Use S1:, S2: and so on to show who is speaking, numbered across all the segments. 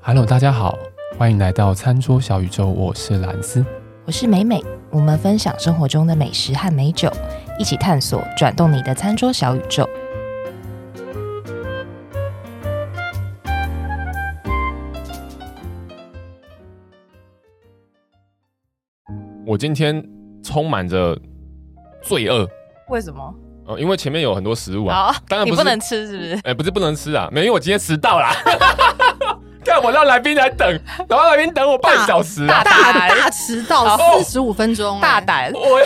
S1: Hello，大家好，欢迎来到餐桌小宇宙，我是蓝斯。
S2: 我是美美，我们分享生活中的美食和美酒，一起探索转动你的餐桌小宇宙。
S3: 我今天充满着罪恶，
S2: 为什么？
S3: 呃，因为前面有很多食物啊，
S2: 好，
S3: 当然
S2: 你
S3: 不是
S2: 不能吃是不 是？
S3: 哎、不是不能吃啊，没有，因为我今天迟到啦。 看我让来宾来等，然后来宾等我半小时啊，
S4: 大
S2: 胆
S4: 大迟到
S3: 哦
S4: 四十五分钟、欸
S2: 大胆！
S3: 我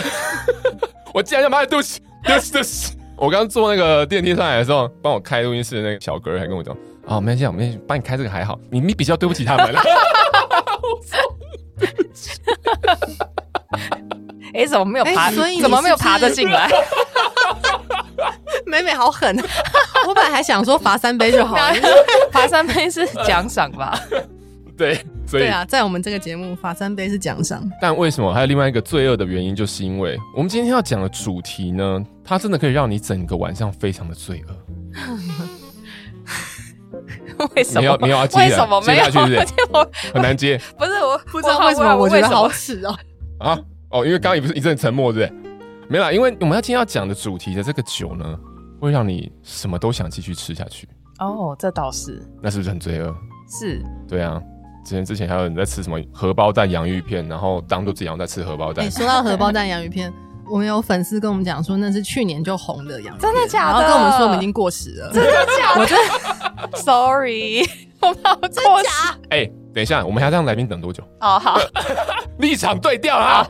S3: 我竟然他妈的对不起，对不起，对不起。我刚坐那个电梯上来的时候，帮我开录音室的那个小哥还跟我讲，哦，没关系，我们帮你开这个还好，你你比较对不起他们了。
S2: 哎，怎么没有爬？
S4: 哎所以你
S2: 怎么没有爬着
S4: 是不是
S2: 进 来？
S4: 哎美美好狠， 我本来还想说罚三杯就好 了。
S2: 爬山杯是奖赏吧？
S3: 对，所以
S4: 对啊，在我们这个节目，罚三杯是奖赏。
S3: 但为什么还有另外一个罪恶的原因，就是因为我们今天要讲的主题呢，它真的可以让你整个晚上非常的罪恶。
S2: 为什
S3: 没有
S2: 么？
S3: 没有要接
S2: 为什么
S3: 接
S2: 没有？
S3: 下去是不是
S2: 我
S3: 很难接
S2: 不是我
S4: 不知道为什么，我觉得好。耻哦、
S3: 啊！哦，因为刚刚也不是一阵沉默，对不对？没有啦，因为我们要今天要讲的主题的这个酒呢，会让你什么都想继续吃下去，
S2: 哦，这倒是
S3: 那是不是很罪恶？
S2: 是
S3: 对啊，之前之前还有人在吃什么荷包蛋洋芋片，然后当做自己好像在吃荷包
S4: 你、
S3: 蛋。
S4: 哎说到荷包蛋洋芋片，我们有粉丝跟我们讲说那是去年就红的洋芋片，
S2: 真的假的
S4: 然后跟我们说我们已经过时了。
S2: 真的假 的？我真 sorry，我怕我过假。
S3: 哎、等一下，我们还要让来宾等多久？
S2: 哦，好，
S3: 立场对调啦！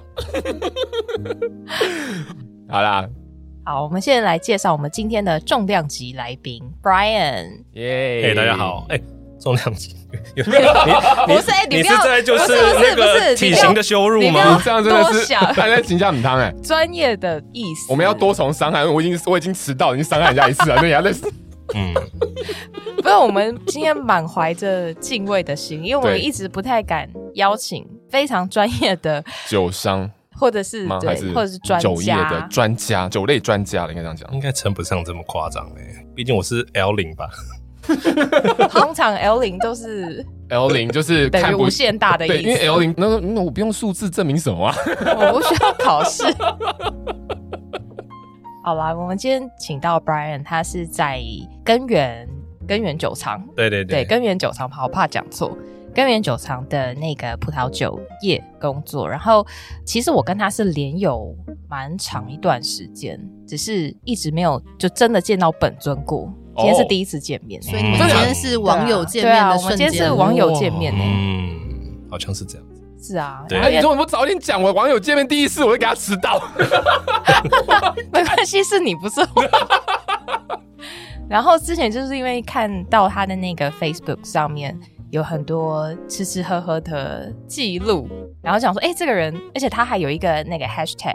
S3: 好啦，
S2: 好，我们现在来介绍我们今天的重量级来宾 Brian。
S3: 耶、
S5: 哎、大家好，哎、重量级，有你
S2: 不是哎你
S5: 你
S2: 不要
S5: 是在就
S2: 不
S5: 是
S2: 是不是
S5: 那
S2: 不是
S5: 个
S2: 你
S5: 体
S2: 不要
S5: 型的羞辱
S2: 你不要
S5: 吗
S3: 你？这样真的
S2: 多
S3: 是
S2: 想
S3: 还在请假母汤哎，
S2: 专业的意思，
S3: 我们要多重伤害，我已经我已经迟到，已经伤害人家一次了， 那你还在
S5: 嗯，
S2: 不是我们今天满怀着敬畏的心，因为我们
S3: 对
S2: 一直不太敢邀请非常专业的，
S3: 酒商
S2: 或者是
S3: 吗？还是
S2: 嗯对，或者是专
S3: 酒业的
S2: 家。
S3: 专家，酒类专家的应该这样讲。
S5: 应该称不上这么夸张哎，毕竟我是 L 零吧，
S2: 通常 L 零都是
S3: L 零就是
S2: 等于
S3: 看不
S2: 无限大的
S3: 对，因
S2: 意
S3: 为
S2: 思，
S3: L 零那个那我不用数字证明什么啊？
S2: 我不需要考试。 好啦，我们今天请到 Brian，他是在根源根源酒厂，
S5: 对对
S2: 对，根源酒厂，好我怕讲错。根源酒厂的那个葡萄酒业工作，然后其实我跟他是连友蛮长一段时间，只是一直没有就真的见到本尊过，今
S5: 哦
S2: 天是第一次见面、嗯啊
S4: 所以你们
S5: 真
S4: 今
S5: 的假的
S4: 天是网友见面
S2: 对啊
S4: 的
S2: 我们
S4: 瞬
S2: 今
S4: 间，
S2: 天是网友见面、欸，
S5: 嗯，好像是这样，
S2: 是啊，
S5: 嗯对
S2: 然后
S3: 哎，你
S2: 也
S3: 说我不早点讲，我网友见面第一次我就给他迟 到。
S2: 没关系，是你不是我。 然后之前就是因为看到他的那个 Facebook 上面有很多吃吃喝喝的记录，然后想说，哎、这个人，而且他还有一个那个 hashtag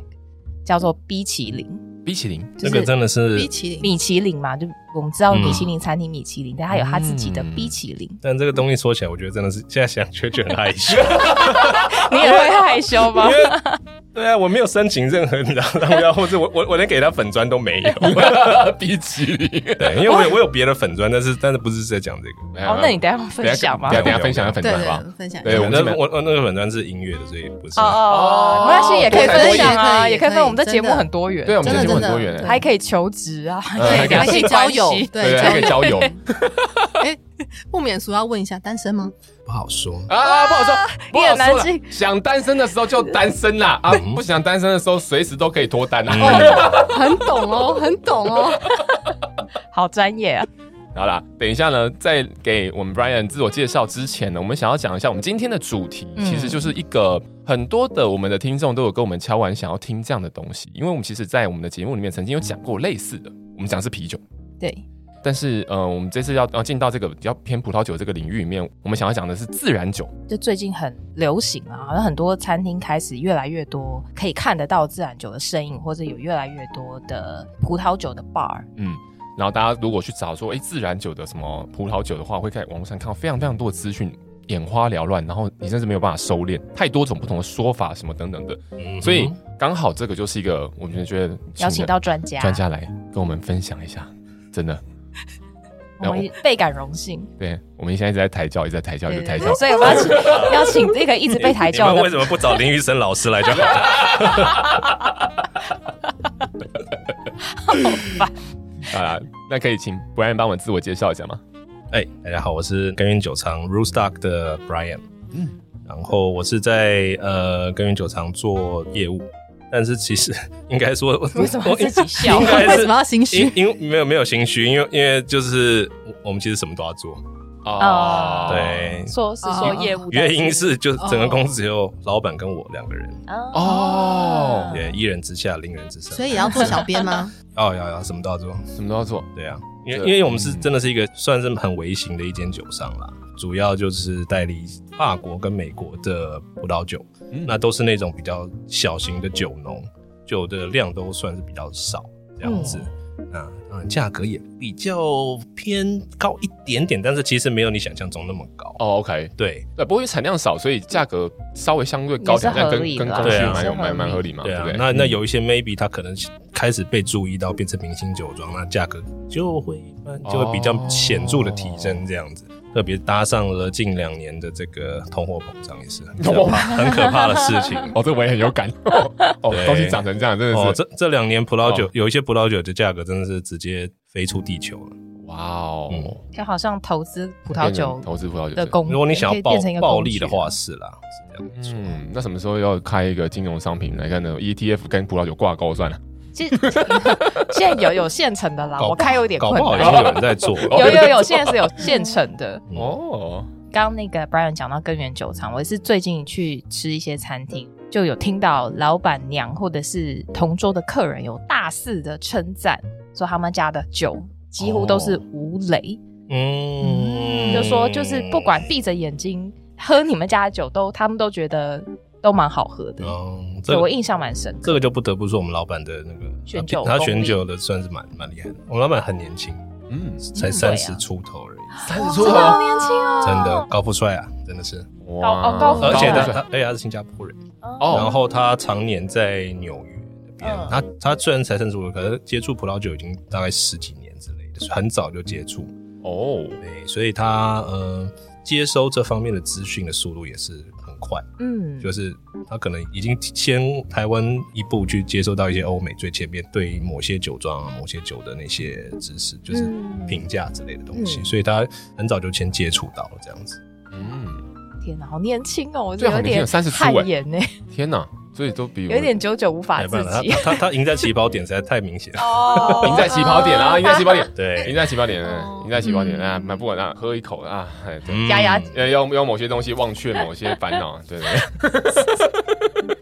S2: 叫做冰淇淋，
S3: 冰淇淋，
S2: 就
S5: 这个
S2: 是
S5: 真的是，
S4: 冰淇淋，
S2: 米其林嘛，就我们知道
S5: 嗯
S2: 米其林餐厅米其林，但他有他自己的
S3: 嗯
S2: 冰淇淋，
S5: 但这个东西说起来，我觉得真的是现在想却觉得很害羞，
S2: 你也会害羞吗
S5: 因？为对啊，我没有申请任何然后然后或者我我我连给他粉砖都没有，
S2: 哦
S3: 冰淇淋。
S5: 对，因为我有我有别的粉砖，但是但是不是在讲这个。
S2: 哦，那你等一下会分享吗
S3: 等？一下等一下分享一下粉
S4: 对
S3: 砖
S4: 对
S3: 吧。
S4: 对，分享一
S3: 对
S4: 下。
S3: 我们
S5: 那
S3: 基本
S5: 我我那个粉砖是音乐的，所以不是
S2: 哦。哦，
S3: 哦
S2: 没关系，也可以分享啊，
S4: 可以
S2: 也可以分
S4: 可以
S2: 享。我们的节目
S4: 真的
S2: 很多元，
S3: 对，我们这
S4: 真
S3: 节
S4: 的
S3: 目很
S4: 真的
S3: 多元
S4: 对，
S2: 还可以求职啊，
S3: 嗯
S2: 还
S3: 还可以
S2: 可
S4: 还可
S2: 以
S4: 以交友
S2: 关系，
S3: 对，
S4: 对
S3: 还可以
S4: 交友。
S3: 交 友
S4: 哎，不免俗要问一下，单身吗？
S5: 不好说。
S3: 啊，不好 说，不
S2: 也
S3: 好
S2: 难
S3: 说啦
S2: 进。
S3: 想单身的时候就单身啦，啊，
S2: 嗯
S3: 不想单身的时候随时都可以脱单啦。啊
S4: 很懂 哦，很懂哦。
S2: 好专业啊！
S3: 好啦，等一下呢，在给我们 Brian 自我介绍之前呢，我们想要讲一下我们今天的主题，
S2: 嗯
S3: 其实就是一个很多的我们的听众都有跟我们敲完想要听这样的东西，因为我们其实，在我们的节目里面曾经有讲过类似的，我们讲的是啤酒。
S2: 对，
S3: 但是，呃，我们这次要要进到这个比较偏葡萄酒这个领域里面，我们想要讲的是自然酒。
S2: 就最近很流行啊，好像很多餐厅开始越来越多可以看得到自然酒的身影，或者有越来越多的葡萄酒的 bar。
S3: 嗯，然后大家如果去找说，哎，自然酒的什么葡萄酒的话，会在网络上看到非常非常多的资讯，眼花缭乱，然后你甚至没有办法收敛，太多种不同的说法什么等等的，
S5: 嗯
S3: 所以刚好这个就是一个，我们觉得
S2: 邀请到专家，
S3: 专家来跟我们分享一下，真的。
S2: 我们倍感荣幸。
S3: 对，我们现在一直在抬轿，一直在抬轿，一直
S2: 对
S3: 在
S2: 对
S3: 抬
S2: 对
S3: 轿。
S2: 所以我要请 要请这个一直被抬
S5: 哎 你
S2: 轿
S5: 们
S2: 的，
S5: 为什么不找林玉生老师来就好了？
S3: 好啦，那可以请 Brian 帮我们自我介绍一下吗？
S5: 哎，大家好，我是根源酒厂 Rootstock 的 Brian，然后我是在呃根源酒厂做业务，但是其实应该说，
S2: 为什么
S5: 我
S2: 自己笑
S5: 应？该
S4: 为什
S5: 是
S4: 么要心虚
S5: 因？因为没有没有心虚，因为因为就是我们其实什么都要做，
S2: 哦
S5: 对，
S2: 说是哦说业务的
S5: 原因是就是整个公司只有老板跟我两个人，
S3: 哦
S2: 嗯
S5: 也一人之下，零人之上，
S4: 所以
S2: 啊
S4: 也要做小编吗？
S5: 哦要要什么都要做，
S3: 什么都要做。
S5: 对啊，因
S3: 这
S5: 为因为我们是
S3: 嗯
S5: 真的是一个算是很微型的一间酒商啦，主要就是代理法国跟美国的葡萄酒，
S3: 嗯
S5: 那都是那种比较小型的酒农，酒的量都算是比较少这样子。
S3: 嗯
S5: 那当然价格也比较偏高一点点，但是其实没有你想象中那么高。
S3: 哦，OK，
S5: 对
S3: 对，不过因为产量少，所以价格稍微相对高
S2: 也是
S3: 点，但跟
S2: 合理的
S3: 跟
S2: 啊
S3: 供需
S5: 对啊
S3: 蛮
S2: 是
S3: 有
S2: 合
S3: 蛮蛮
S2: 理
S3: 合理嘛，
S5: 对
S3: 对
S5: 啊
S3: 不，对？嗯
S5: 那那有一些 maybe 它可能开始被注意到，变成明星酒庄，那价格就会呃就会比
S3: 哦
S5: 较显著的提升这样子。特别搭上了近两年的这个通货膨胀，也是 很可怕、很可怕的事情。
S3: 哦，这我也很有 感。哦，
S5: 对
S3: 东西长成这样，真
S5: 哦，
S3: 的是哦
S5: 这这两年葡萄酒、有一些葡萄酒的价格真的是直接飞出地球了。
S3: 哇哦，
S5: 嗯
S2: 就好像投资葡萄
S3: 变成
S2: 酒
S3: 投资葡萄酒
S2: 的
S3: 对
S2: 工，
S5: 如果你想
S2: 可
S5: 要
S2: 以
S5: 暴
S2: 变成一个
S5: 暴
S2: 工
S5: 利的
S2: 具啊
S5: 话，是啦，是这样。
S3: 嗯，那什么时候要开一个金融商品来看呢？ETF 跟葡萄酒挂钩算了。
S2: 其实 现在有有现成的啦，
S5: 搞不
S2: 我看有点
S5: 搞
S2: 困
S5: 不好已经
S2: 难。
S5: 有人 在做了。
S2: 有有有，现在是有 现成的。
S5: 嗯
S3: 哦，
S2: 刚刚那个 Brian 讲到根源酒厂，我也是最近去吃一些餐厅，就有听到老板娘或者是同桌的客人有大肆的称赞，说他们家的酒几乎都是无雷，
S3: 哦
S5: 嗯，
S2: 就说就是不管闭着眼睛喝你们家的酒都，他们都觉得都蛮好喝的，
S3: 哦
S5: 嗯，这
S2: 所以
S5: 个
S2: 我印象蛮深刻。
S5: 这个就不得不说我们老板的那个啊
S2: 选酒
S5: 他
S2: 功力
S5: 选酒的算是蛮蛮厉害的。我们老板很年轻，
S3: 嗯，
S5: 才
S2: 嗯
S5: 三
S2: 对
S5: 十
S2: 啊
S5: 出头而已，
S3: 三十出
S2: 真的好
S3: 头，
S2: 年轻哦，
S5: 真的高富帅啊，真的是。
S2: 高哦高富帅
S5: 而且他
S3: 富
S5: 他
S3: 帅
S5: 而且他是新加坡人，
S3: 哦
S5: 然后他常年在纽约那边
S2: 嗯。
S5: 他他虽然才三十出头，可是接触葡萄酒已经大概十几年之类的，很早就接触。
S3: 哦，
S5: 对，所以他呃接收这方面的资讯的速度也是很快。
S2: 嗯，
S5: 就是他可能已经先台湾一步去接受到一些欧美最前面对某些酒庄、啊、某些酒的那些知识，就是
S2: 嗯
S5: 评价之类的东西，
S2: 嗯
S5: 所以他很早就先接触到了这样子。
S3: 嗯，
S2: 天哪，好年轻哦，我
S3: 对
S2: 觉
S3: 好
S2: 得有
S3: 年轻
S2: 点
S3: 30出
S2: 汗
S3: 欸
S2: 颜呢，
S3: 天哪，所以都比我
S2: 有点久久无法
S5: 没
S2: 啊自
S5: 办法，
S2: 己。
S5: 他他他赢在起跑点实在太明显 了。
S2: 哦
S3: 赢在起跑点啊，赢在起跑点，赢
S5: 对，
S3: 在起跑点，赢在起跑
S2: 嗯
S3: 点啊，那不管啊，喝一口啊，哎对。
S5: 嗯
S2: 压压惊
S3: 呃，用用某些东西忘却某些烦恼，对对 对。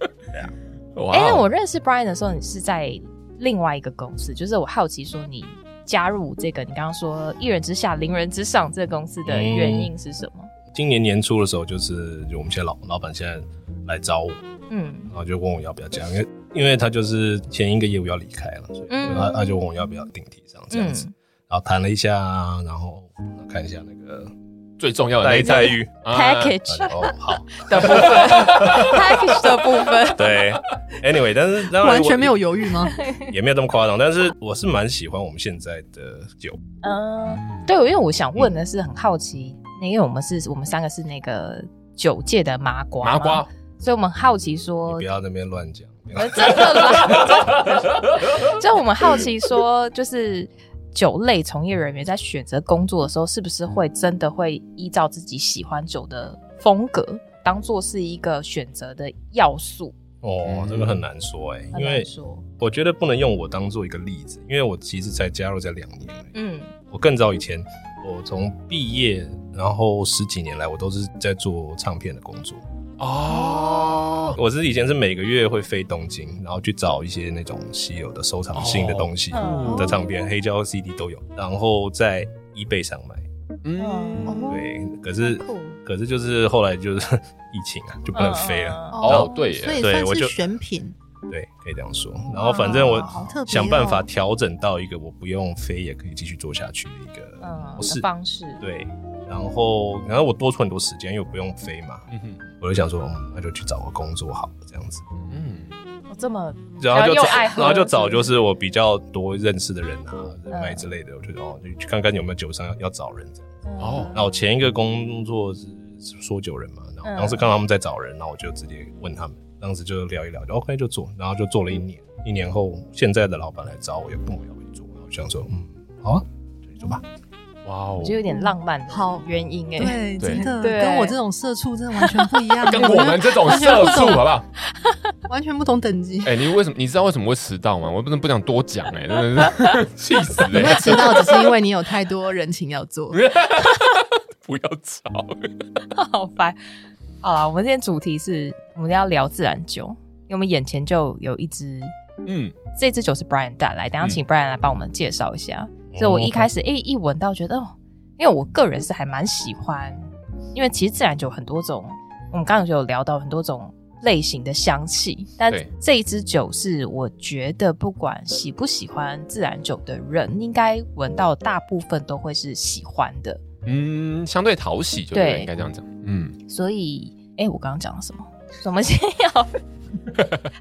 S3: 哇
S2: 哎、那
S3: 哦
S2: 我认识 Brian 的时候，你是在另外一个公司，就是我好奇说你加入这个，你刚刚说一人之下，零人之上这个公司的原因是什么？
S5: 今年年初的时候，就是就我们现在老老板现在来找我，
S2: 嗯
S5: 然后就问我要不要加，因为因为他就是前一个业务要离开了，所以
S2: 嗯
S5: 他他就问我要不要顶替上这样子，然后谈了一下，啊然后看一下那个
S3: 最重要的那一
S5: 待 遇，
S3: 啊
S2: package
S5: 然后哦好，
S2: 的部分 ，package 的部 分，
S5: 对，anyway，但是当然
S4: 完
S5: 我
S4: 全没有，犹豫吗？
S5: 也没有那么夸张，但是我是蛮喜欢我们现在的酒，
S2: 嗯，对，因为我想问的是，很好奇，那因为我们是我们三个是那个酒界的呃麻瓜，
S3: 麻瓜，，
S2: 所以我们好奇
S5: 你
S2: 说
S5: 不，要在那边乱讲。
S2: 呃真的啦，真的 就我们好奇说，就是酒类从业人员在选择工作的时候，是不是会真的会依照自己喜欢酒的风格，当做是一个选择的要素？
S5: 哦，这个很难说哎、
S2: 很
S5: 因
S2: 难
S5: 为
S2: 说，
S5: 我觉得不能用我当做一个例子，因为我其实才加入才两年而已，
S2: 嗯
S5: 我更早以前，我从毕业然后十几年来，我都是在做唱片的工作，
S3: 哦，
S5: 我是以前是每个月会飞东京，然后去找一些那种稀有的收藏性的东西
S4: 嗯
S2: 哦
S5: 的唱片，黑胶、CD 都有，然后在 eBay 上买。
S3: 嗯，
S5: 对，可是
S4: 酷
S5: 可是就是后来就是 疫情啊，就不能飞了。
S2: 嗯
S3: 哦对耶
S4: 所以
S5: 对
S4: 算
S5: 我
S4: 是
S5: 就
S4: 选品，
S5: 对，可以这样说。然后反正我
S4: 哇好嗯特别哦
S5: 想办法调整到一个我不用飞也可以继续做下去的一个
S2: 嗯
S5: 模
S2: 的
S5: 式。
S2: 方式，
S5: 对，然后然后我多出很多时间，因为我不用飞嘛，
S3: 嗯哼
S5: 我就想说，嗯，那就去找个工作好了，这样子。
S3: 嗯，
S2: 哦这么
S5: 然后就
S2: 然后又
S5: 找，
S2: 爱喝
S5: 然后就找就是我比较多认识的人啊、人脉
S2: 嗯
S5: 之类的，我觉得哦，就去看看有没有酒商要要找人这样。
S3: 哦
S5: 那我前一个工作是说酒人嘛，然后
S2: 嗯
S5: 当时看到他们在找人，然后我就直接问他们，当时就聊一聊，就哦 OK 就做，然后就做了一年。一年后，现在的老板来找我，也问我要不要做，然后我想说，嗯，好啊，就做吧。
S3: 哇哦
S2: 我，觉得有点浪漫的
S4: 好
S2: 原因哎、
S3: 对
S4: 对，真的
S2: 对
S4: 跟我这种社畜真的完全不一样，
S3: 跟我们这种社畜好不好？
S4: 完全不同等级。
S3: 哎、你为什么？你知道为什么会迟到吗？我不能不想多讲哎、真的是 气死
S4: 你
S3: 哎、
S4: 会迟到，只是因为你有太多人情要做。
S3: 不要吵，
S2: 好烦。好啦，我们今天主题是我们要聊自然酒，因为我们眼前就有一支，
S3: 嗯，
S2: 这支酒是 Brian 带来，等一下
S3: 嗯哦
S2: 请 Brian 来帮我们介绍一下。所以我一开始诶、一闻到觉得哦，因为我个人是还蛮喜欢，因为其实自然酒很多种，我们刚刚有聊到很多种类型的香气，但
S3: 对
S2: 这一支酒是我觉得不管喜不喜欢自然酒的人，应该闻到大部分都会是喜欢的。
S3: 嗯，相对讨喜就对了，
S2: 对
S3: 应该这样讲。嗯，
S2: 所以，哎、我刚刚讲了什么？我们先要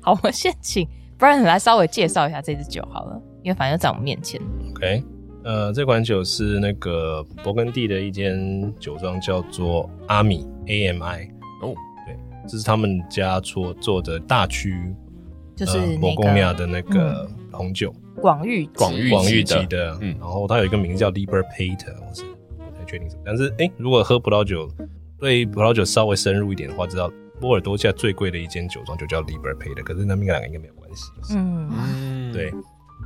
S2: 好，我们先请 Brian 来稍微介绍一下这支酒好了，因为反正就在我们面前。
S5: OK，呃，这款酒是那个勃艮第的一间酒庄，叫做阿米 （AMI）。
S3: 哦，
S5: 这是他们家所做的大区，
S2: 就是
S5: 呃
S2: 那
S5: 摩贡
S2: 个
S5: 亚
S2: 嗯
S5: 的那个红酒，
S2: 广域集
S3: 广域
S5: 广域
S3: 级的
S5: 级的。
S3: 嗯
S5: 然后它有一个名字叫 Liber Pater，我是不太确定什么。但是诶，如果喝葡萄酒，对葡萄酒稍微深入一点的话，知道波尔多现在最贵的一间酒庄就叫 Liber Pater，可是那们两个应该没有关系。
S2: 嗯，
S3: 嗯，
S5: 对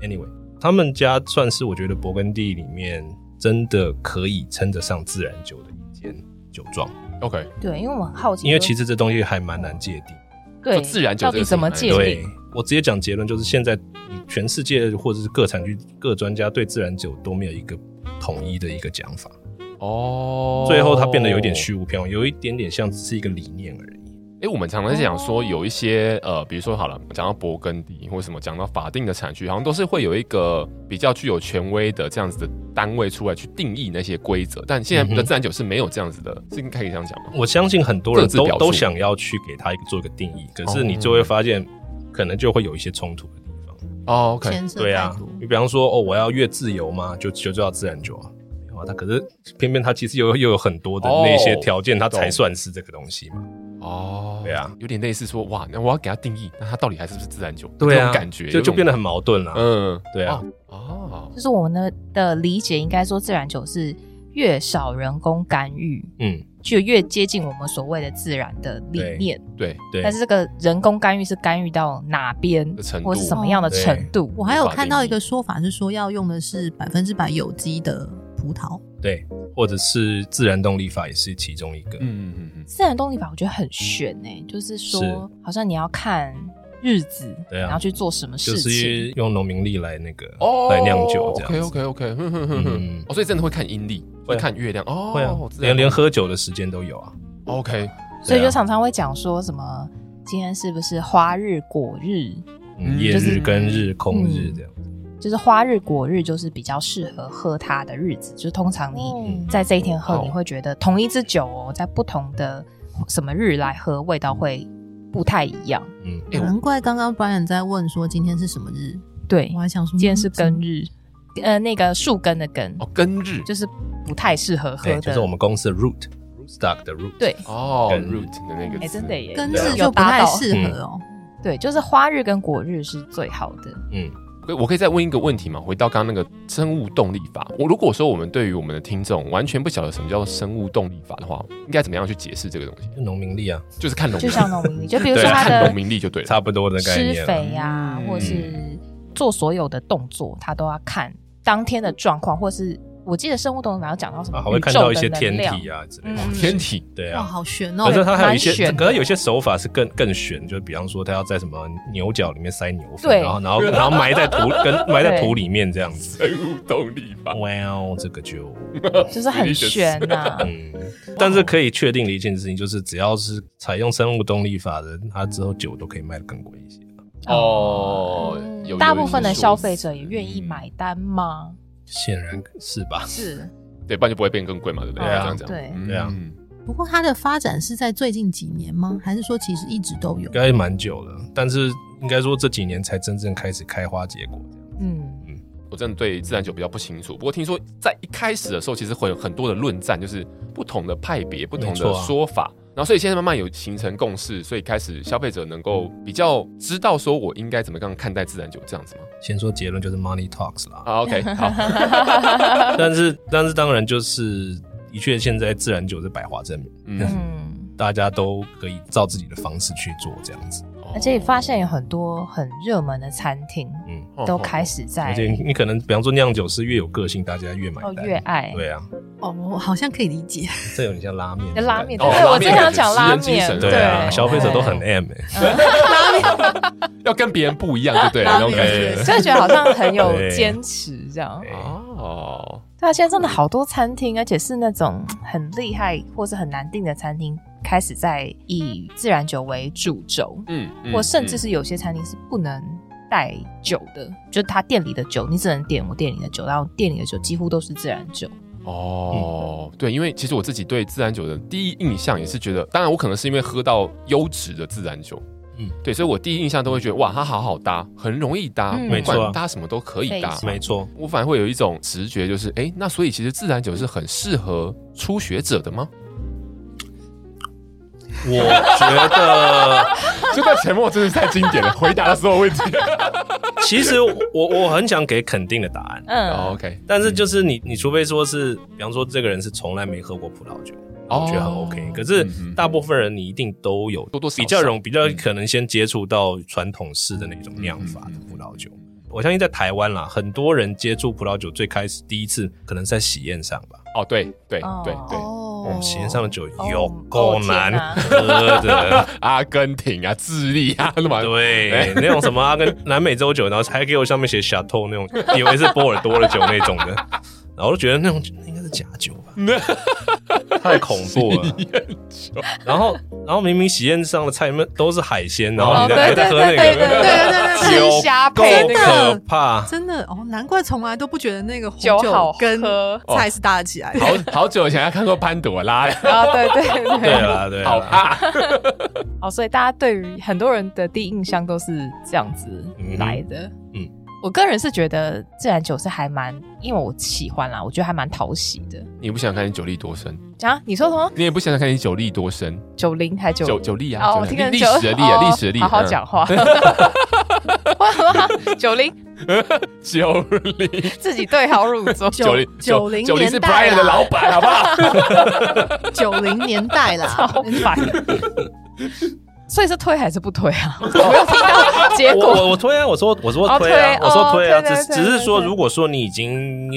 S5: ，anyway，他们家算是我觉得勃艮第里面真的可以称得上自然酒的一间酒庄，
S3: ，OK，
S2: 对，因为我很好奇，
S5: 因为其实这东西还蛮难界定。
S2: 对
S3: 就自然酒
S2: 到
S3: 这
S2: 底
S3: 个
S2: 怎么
S3: 东西
S2: 界
S5: 对
S2: 定？
S5: 我直接讲结论，就是现在你全世界或者是各产区各专家对自然酒都没有一个统一的一个讲法，
S3: 哦，
S5: 最后它变得有点虚。无缥缈，有一点点像是一个理念而已。
S3: 哎、我们常常在讲说有一些呃，比如说好了，讲到勃艮第或什么，讲到法定的产区，好像都是会有一个比较具有权威的这样子的单位出来去定义那些规则。但现在
S5: 嗯
S3: 的
S5: 哼
S3: 自然酒是没有这样子的，是应该可以这样讲吗？
S5: 我相信很多人
S3: 各自
S5: 都
S3: 表述哦
S5: 都想要去给它一个做一个定义，可是你就会发现，可能就会有一些冲突的地方。
S3: 哦，OK，
S4: 牵涉
S5: 对
S4: 太
S5: 啊
S4: 多，
S5: 你比方说哦，我要越自由嘛，就就叫自然酒啊。没有啊，它可是偏偏它其实又又有很多的那些
S3: 哦
S5: 条件，它才
S3: 懂
S5: 算是这个东西嘛。
S3: 哦，
S5: 对啊，
S3: 有点类似说哇，那我要给它定义，那它到底还是不是自然酒？
S5: 对
S3: 这
S5: 啊，
S3: 种感觉
S5: 就就变
S3: 得
S5: 得很矛盾了。
S3: 嗯，
S5: 对啊，
S3: 哦，
S2: 就是我们的理解，应该说自然酒是越少人工干预，
S5: 嗯，
S2: 就越接近我们所谓的自然的理
S5: 对
S2: 念。
S3: 对，
S5: 对
S2: 但。是这个人工干预是干预到哪边
S3: 的程，
S2: 或是
S3: 度
S2: 什么样的
S5: 对
S2: 程度？
S4: 我还有看到一个说法是说要用的是百分之百有机的葡萄，
S5: 对，或者是自然动力法也是其中一个。
S3: 嗯嗯嗯
S2: 自然动力法我觉得很悬哎、就是说
S5: 是
S2: 好像你要看日子，
S5: 对啊
S2: 然后去做什么
S5: 就
S2: 事情。
S5: 是用农民力来那个、
S3: 哦，
S5: 来酿酒这样
S3: OK
S5: 子
S3: OK OK，哼哼哼
S5: 嗯
S3: 哼，哦，所以真的会看阴历，会
S5: 会啊
S3: 看月亮，哦，
S5: 会啊，
S3: 自然
S5: 连连喝酒的时间都有啊。
S3: OK，
S2: 嗯所以
S5: 对
S2: 就
S5: 啊
S2: 常常会讲说什么今天是不是花日果日？
S5: 嗯
S3: 嗯
S5: 夜
S2: 就是
S5: 日跟日、空日
S2: 嗯
S5: 这样。
S2: 就是花日果日就是比较适合喝它的日子，就是通常你
S5: 嗯
S2: 在这一天喝，
S3: 哦
S2: 你会觉得同一支酒哦，在不同的什么日来喝，味道会不太一样。
S5: 嗯，
S3: 哎我
S4: 难怪刚刚 Brian 在问说今天是什么日，
S2: 对
S4: 我，还想说嗯
S2: 今天是
S4: 跟
S2: 根日，呃，那个树根的根，
S3: 哦，庚日
S2: 就是不太适合喝
S5: 对，
S2: 的。
S5: 就是我们公司的 root rootstock 的 root。
S2: 对
S3: 哦
S5: 跟
S3: ，root 的那个
S2: 哎、
S3: 字，
S2: 真的耶，
S4: 根
S5: 对
S4: 日
S5: 啊
S2: 有
S4: 就不
S2: 搭
S4: 太
S2: 到
S4: 适合哦。
S2: 对，就是花日跟果日是最好的。
S5: 嗯，
S3: 可以我可以再问一个问题吗？回到刚刚那个生物动力法，我如果说我们对于我们的听众完全不晓得什么叫做生物动力法的话，应该怎么样去解释这个东西？
S5: 就农民力啊，
S3: 就是看农民
S2: 就
S3: 力，
S2: 像农民历，就比如
S5: 对
S2: 说
S5: 啊
S2: 他
S3: 看
S2: 的
S3: 农民力就对了。
S5: 差不多的概
S2: 施
S5: 念啊。
S2: 肥啊，
S3: 嗯
S2: 或是做所有的动作，他都要看当天的状况，或是我记得生物动物好像讲到什么
S5: 啊，还会
S2: 宇
S5: 看
S2: 宙
S5: 到
S2: 的
S5: 一些
S2: 能
S5: 天
S2: 量
S5: 体啊之类的。
S2: 嗯
S3: 天体
S5: 对
S4: 哇，
S5: 啊。
S4: 好悬
S5: 可
S4: 哦！
S5: 是它还有一
S2: 蛮
S5: 些，
S2: 玄的
S5: 可是有些手法是更更玄，就比方说它要在什么牛角里面塞牛
S2: 对
S5: 粪，然后然后然后埋在土 跟埋在土里面这样子。
S3: 生物动力法，
S5: 哇哦，这个就
S2: 就是很悬呐、
S5: 嗯，但是可以确定的一件事情就是，只要是采用生物动力法的，它之后酒都可以卖得更贵一些。
S3: 哦， 有
S2: 嗯大部分的消费者也
S3: 有
S2: 愿意买单吗？
S5: 显然是吧？
S2: 是，
S3: 对，不然就不会变更贵嘛，对不对？
S5: 对啊
S3: 这样讲，
S2: 对
S3: 嗯
S5: 对啊
S4: 不过它的发展是在最近几年吗？还是说其实一直都有
S5: 应？该蛮久了，但是应该说这几年才真正开始开花结果。
S2: 嗯，
S3: 我真的对自然酒比较不清楚，不过听说在一开始的时候，其实会有很多的论战，就是不同的派别、不同
S5: 没
S3: 的
S5: 错啊
S3: 说法。然后，所以现在慢慢有形成共识，所以开始消费者能够比较知道说我应该怎么样看待自然酒这样子吗？
S5: 先说结论就是 money talks 啦，
S3: 啊，OK，好，
S2: 啊
S5: 但是但是当然就是的确现在自然酒是百花争鸣，
S3: 嗯，
S2: 嗯，
S5: 大家都可以照自己的方式去做这样子。
S3: 哦
S2: 而且发现有很多很热门的餐厅
S5: 嗯，
S3: 哦
S2: 都开始在
S5: 而且你可能比方说酿酒师越有个性，大家越买
S2: 哦
S5: 单。
S2: 越爱。
S5: 对啊，
S4: 哦，我好像可以理解。
S5: 这有点像拉面。
S2: 拉面，
S3: 哦
S2: 对
S3: 拉
S2: 我
S3: 面感觉
S2: 正想讲
S3: 食
S2: 拉
S3: 人精
S2: 面，
S3: 神
S5: 对啊，
S3: 对
S5: 消费者都很 M 欸
S3: 要跟别人不一样，对不 对了？那种感觉。
S2: 就觉得好像很有
S5: 对
S2: 坚持这样。
S5: 哎，
S3: 哦，
S2: 对啊，现在真的好多餐厅，而且是那种很厉害或是很难订的餐厅，开始在以自然酒为主轴，
S3: 嗯，嗯
S2: 或甚至是有些餐厅是不能带酒的，就是他店里的酒，你只能点我店里的酒，然后店里的酒几乎都是自然酒。
S3: 哦，对，因为其实我自己对自然酒的第一印象也是觉得，当然我可能是因为喝到优质的自然酒，嗯
S5: 嗯，
S3: 对，所以我第一印象都会觉得哇，它好好搭，很容易搭，
S2: 嗯
S3: 不
S5: 没错啊
S3: 管搭什么都可以搭
S2: 非。常
S5: 没错，
S3: 我反而会有一种直觉，就是哎，诶那所以其实自然酒是很适合初学者的吗？
S5: 我觉得。
S3: 这段沉默真是太经典了，回答了所有问题。
S5: 其实我我很想给肯定的答案，
S3: 哦
S2: 嗯，
S3: OK，
S5: 但是就是你你除非说是，比方说这个人是从来没喝过葡萄酒，
S3: 哦嗯
S5: 我觉得很 OK。可是大部分人你一定都有
S3: 多多少少
S5: 比较容比较可能先接触到传统式的那种酿法的葡萄
S3: 嗯
S5: 酒。我相信在台湾啦，很多人接触葡萄酒最开始第一次可能是在喜宴上吧。
S3: 哦，对对
S2: 哦
S3: 对对，
S4: 哦
S5: 哦，喜宴上的酒
S2: 哦
S5: 有够
S2: 哦天
S5: 难
S2: 哪
S5: 喝的，
S3: 阿根廷啊，智利啊，那么哎
S5: 对，那种什么阿根南美洲酒，然后还给我上面写 Chateau 那种，以为是波尔多的酒那种的，然后我就觉得那种那应该是假酒吧，太恐怖了。然后，然后明明喜宴上的菜里面都是海鲜，然后
S2: 哦
S5: 你
S2: 对
S5: 还在
S2: 对
S5: 喝
S2: 对
S5: 那
S2: 对对
S5: 个，
S2: 对对对，吃虾
S5: 够
S2: 配那个
S5: 可怕。
S4: 真的哦，难怪从来都不觉得那个红
S2: 酒好
S4: 酒跟
S2: 喝
S4: 菜是搭得起来的。
S3: 好好久以前还看过潘朵拉，
S2: 啊，对对
S5: 对
S2: 对，
S5: 啦，对
S3: 好啊
S5: 啦，
S3: 怕。
S2: 哦，所以大家对于很多人的第一印象都是这样子来的。
S5: 嗯
S2: 嗯
S5: 嗯，
S2: 我个人是觉得自然酒是还蛮，因为我喜欢啦，我觉得还蛮讨喜的。
S3: 你也不想看你酒力多深，
S2: 啊，你说什么？
S3: 你也不想想看你酒力多深，
S2: 九零还九
S3: 酒酒力啊，
S2: 哦，
S3: 酒
S2: 我
S3: 力
S2: 听成
S3: 历
S2: 九
S3: 史的历啊，
S2: 哦
S3: 历史的历，
S2: 好好
S3: 嗯
S2: 讲话。我想说九零
S3: 九 零
S2: 自己对号入座，
S4: 九
S3: 零
S4: 九 零
S3: 九零是
S2: 啊
S4: 年代
S3: Brian
S4: 啦
S3: 的老板，好不 好？
S4: 九零年代啦，
S2: 超 烦。所以是推还是不推啊？我没有听到结
S5: 我
S2: 果。
S5: 我我推啊，我说我说
S2: 哦
S5: 推啊，
S2: 推
S5: 我说
S2: 哦
S5: 推啊，
S2: 推推
S5: 只
S2: 推
S5: 只是说，
S2: 推
S5: 如果说你已经，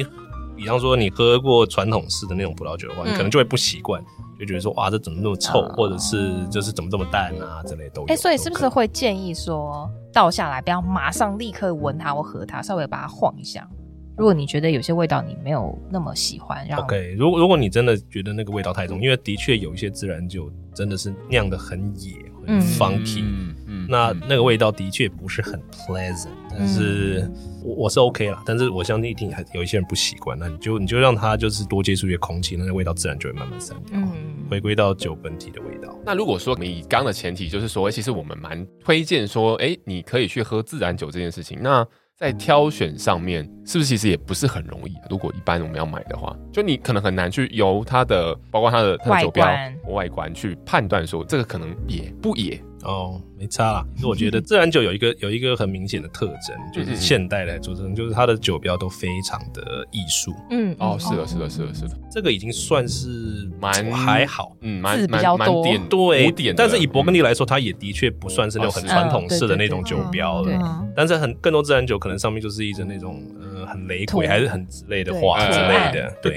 S5: 比方说你喝过传统式的那种葡萄酒的话，你可能就会不习惯，就觉得说哇，这怎么那么臭，
S2: 哦
S5: 或者是就是怎么这么淡啊之类都有。
S2: 哎、所以是不是
S5: 都可
S2: 会建议说，倒下来不要马上立刻闻它或喝它，稍微把它晃一下？如果你觉得有些味道你没有那么喜欢，然
S5: 能
S2: 后
S5: OK？如果如果你真的觉得那个味道太重，因为的确有一些自然酒真的是酿的很野、很
S2: 嗯
S5: funky，、
S3: 嗯
S5: 那
S3: 嗯
S5: 那个味道的确不是很 pleasant，但是我我是 OK 啦，但是我相信一定还有一些人不习惯，那你就你就让它就是多接触一些空气，那个味道自然就会慢慢散掉，
S3: 哦
S2: 嗯，
S5: 回归到酒本体的味道。
S3: 那如果说你刚的前提就是说，其实我们蛮推荐说，哎，你可以去喝自然酒这件事情。那在挑选上面，是不是其实也不是很容易？啊如果一般我们要买的话，就你可能很难去由它的，包括它的它的酒标
S2: 外观、
S3: 外观去判断说这个可能野不野。
S5: 哦，没差啦。其实我觉得自然酒有一个有一个很明显的特征，
S3: 嗯
S5: 就是现代来做特征，就是它的酒标都非常的艺术。
S2: 嗯，
S3: 哦，是的，
S2: 哦
S3: 是的，是的，是的，
S5: 这个已经算是
S3: 蛮
S5: 还好，
S3: 嗯，蛮
S2: 字比
S3: 蛮
S2: 较
S3: 蛮
S2: 多
S3: 点
S5: 对
S3: 古典的，
S5: 但是以勃艮
S3: 嗯
S5: 第来说，它也的确不算是那种很
S3: 哦是
S5: 传统式的
S2: 嗯
S5: 那种
S2: 对
S5: 酒标
S2: 对
S5: 了。
S4: 嗯
S5: 但是很更多自然酒可能上面就是一种那种
S3: 嗯
S5: 呃很雷鬼
S2: 图
S5: 还是很之类的
S2: 对
S5: 画
S3: 图
S5: 之类
S2: 案
S5: 的，对。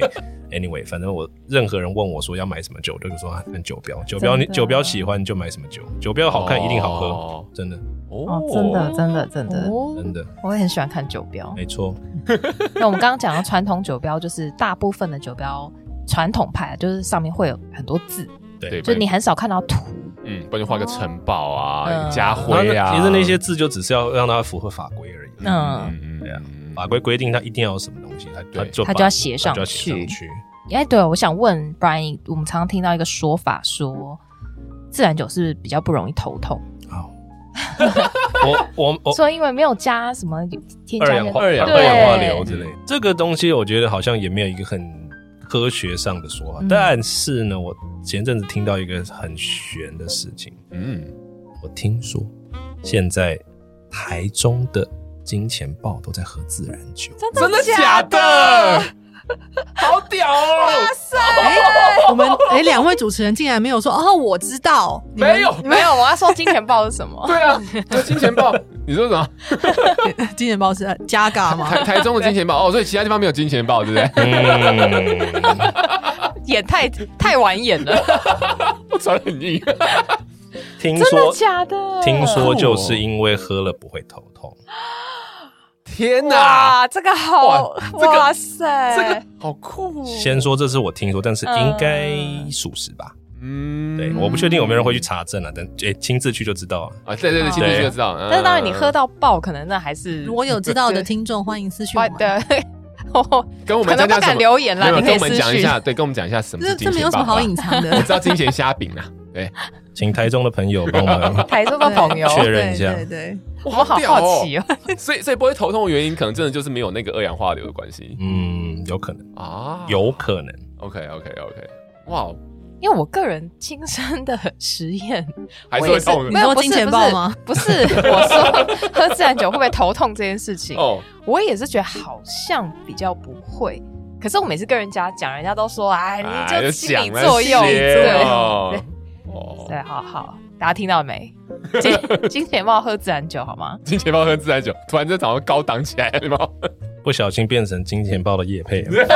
S5: Anyway，反正我任何人问我说要买什么酒，我就是说啊看酒标，酒标
S2: 真
S5: 你
S2: 的
S5: 酒标喜欢就买什么酒，酒标好看一定好喝，
S3: 哦
S5: 真的
S2: 哦，真的，真的，真的，
S4: 哦
S5: 真的
S2: 我也很喜欢看酒标。
S5: 没错。
S2: 那我们刚刚讲到传统酒标，就是大部分的酒标传统派，就是上面会有很多字，
S3: 对，
S2: 就你很少看到图。
S3: 嗯，不然就画个城堡啊，
S2: 嗯
S3: 一个家
S5: 那
S3: 徽啊，
S5: 其实那些字就只是要让它符合法规而已。
S2: 嗯，
S3: 嗯嗯
S5: 对啊
S3: 嗯
S5: 法规规定它一定要有什么东西，它它
S3: 对
S5: 就
S2: 它
S5: 把
S2: 就要写
S5: 它
S2: 上
S5: 就要写
S2: 去
S5: 上去。
S2: 哎，对，我想问 Brian，我们常常听到一个说法说，自然酒是不是比较不容易头痛？
S5: 好， 我我我
S2: 说因为没有加什么添
S5: 哦二
S2: 加
S5: 氧
S2: 的
S5: 化
S3: 二氧
S2: 对
S5: 二氧化硫之类的，这个东西我觉得好像也没有一个很科学上的说法。
S2: 嗯
S5: 但是呢，我前阵子听到一个很玄的事情，
S3: 嗯，
S5: 我听说现在台中的金钱豹都在喝自然酒，
S3: 真的假的？好屌哦！
S4: 哎、我们哎，两、位主持人竟然没有说哦，我知道，你们
S3: 没 有，
S2: 没有，我要说金钱豹是什么？
S3: 对啊，那金钱豹，你说什么？
S4: 金钱豹是呃加 嘎吗？
S3: 台台中的金钱豹哦，所以其他地方没有金钱豹，对不对？
S5: 嗯，
S2: 演太太晚演了，
S3: 我传得很硬。
S5: 听
S2: 真的
S5: 说
S2: 假的？哦
S5: 听说就是因为喝了不会头痛，
S3: 天哪，
S2: 哇，这个好
S3: 哇这个
S2: 哇塞，
S3: 这
S5: 呃
S3: 个好酷哦！
S5: 先说这是我听说，但是应该
S2: 嗯
S5: 属实吧？
S3: 嗯
S5: 对，我不确定有没有人会去查证啊，但诶亲自去就知道了。
S3: 啊，对对对，进去就知道。嗯
S2: 但是当然你喝到爆，可能那还是
S4: 如果有知道的听众，欢迎 私讯我
S2: 坏
S4: 们。
S2: 的，我
S3: 跟我
S2: 可
S3: 们
S2: 能
S3: 大家
S2: 不
S3: 讲什
S2: 敢
S3: 么
S2: 留言
S3: 没
S2: 啦，
S3: 有
S2: 你可
S3: 跟
S2: 以
S3: 我们
S2: 私
S3: 讲一
S2: 讯。
S3: 下，对，跟我们讲一下什么
S4: 这
S3: 是金
S4: 这
S3: 钱豹。
S4: 没有什么好隐藏
S3: 我
S4: 的
S3: 知，道金钱虾饼啦，对，
S5: 请台中的朋友帮忙
S2: 台中的 朋友，
S3: 哦
S5: 确认一下
S4: 对对对，
S2: 我们好
S3: 屌哦
S2: 好 奇哦。
S3: 所以所以不会头痛的原因，可能真的就是没有那个二氧化硫的关系
S5: 嗯，有可能，
S3: 啊。
S5: 有可能。
S3: OK OK OK，哇，
S2: 因为我个人亲身的实验，
S3: 还是
S2: 我也
S3: 会哦
S2: 是
S3: 痛
S4: 没
S3: 的
S2: 有
S4: 你说
S2: 不是
S4: 金钱豹吗？
S2: 不是 我说喝自然酒会不会头痛这件事情，
S3: 哦。
S2: 我也是觉得好像比较不会。可是我每次跟人家讲，人家都说哎，
S3: 哎
S2: 你就心
S3: 讲
S2: 理
S3: 了
S2: 作用，
S3: 些
S2: 对
S3: 哦哦
S2: 对，好好，大家听到没？金 金钱豹喝自然酒好吗？
S3: 金钱豹喝自然酒，突然间早上高档起来了吗？
S5: 不小心变成金钱豹的叶配了，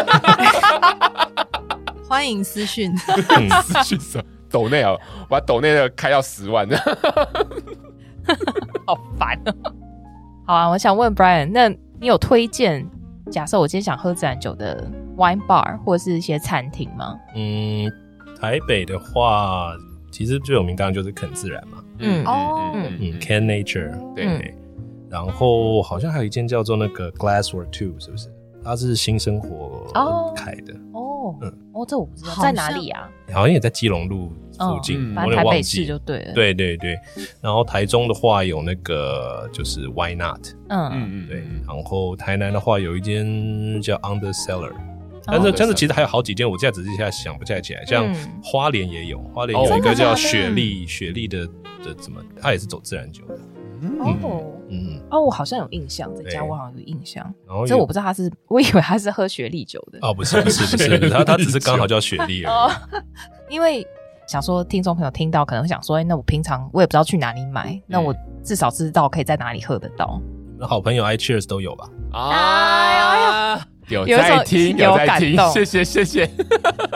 S4: 欢迎私讯。
S5: 嗯
S3: 私讯什么抖内啊，把抖内的开到十万的。
S2: 好烦 哦。好啊，我想问 Brian，那你有推荐？假设我今天想喝自然酒的 wine bar 或是一些餐厅吗？
S5: 嗯，台北的话，其实最有名当然就是肯自然嘛，
S2: 嗯
S3: 哦，
S5: 嗯，Can Nature，
S3: 对
S2: 嗯
S5: 对。然后好像还有一间叫做那个 Glassware Two，是不是？它是新生活
S2: 哦
S5: 开的，
S2: 哦，
S5: 嗯
S2: 哦，这我不知道
S4: 好
S2: 在哪
S4: 像
S2: 里啊？
S5: 好像也在基隆路附近，
S3: 嗯
S5: 我
S2: 反
S5: 有
S2: 正
S5: 点
S2: 台
S5: 忘
S2: 北市
S5: 记
S2: 就。对了。，
S5: 对对对，然后台中的话有那个就是 Why Not，
S2: 嗯，
S3: 嗯嗯，
S5: 对，
S3: 对，
S5: 然后台南的话有一间叫 Underseller，但
S2: 哦
S5: 是但是其实还有好几间，我现在只是一下想不太起来，像
S2: 嗯
S5: 花莲也有，花莲
S3: 哦
S5: 有一
S3: 真
S5: 个
S2: 的假
S5: 叫
S2: 的
S5: 雪莉，雪莉的的怎么，它也是走自然酒的，
S2: 哦
S5: 嗯，
S2: 哦，我好像有印象，这家
S5: 对
S2: 我好像有印象，
S5: 然后
S2: 这
S5: 有
S2: 我不知道他是， 我以为他是喝雪莉酒的，
S5: 哦不是不是不 是，不是它它只是刚好叫雪莉
S2: 哦
S5: 而已，
S2: 因为想说听众朋友听到可能会想说，哎那我平常我也不知道去哪里
S5: 嗯
S2: 买，那我至少知道可以在哪里喝得到。
S5: 那好朋友 I Cheers 都有吧？
S3: 啊，有在听，
S2: 有一种
S3: 在
S2: 有感
S3: 听，
S2: 动
S3: 谢谢谢谢。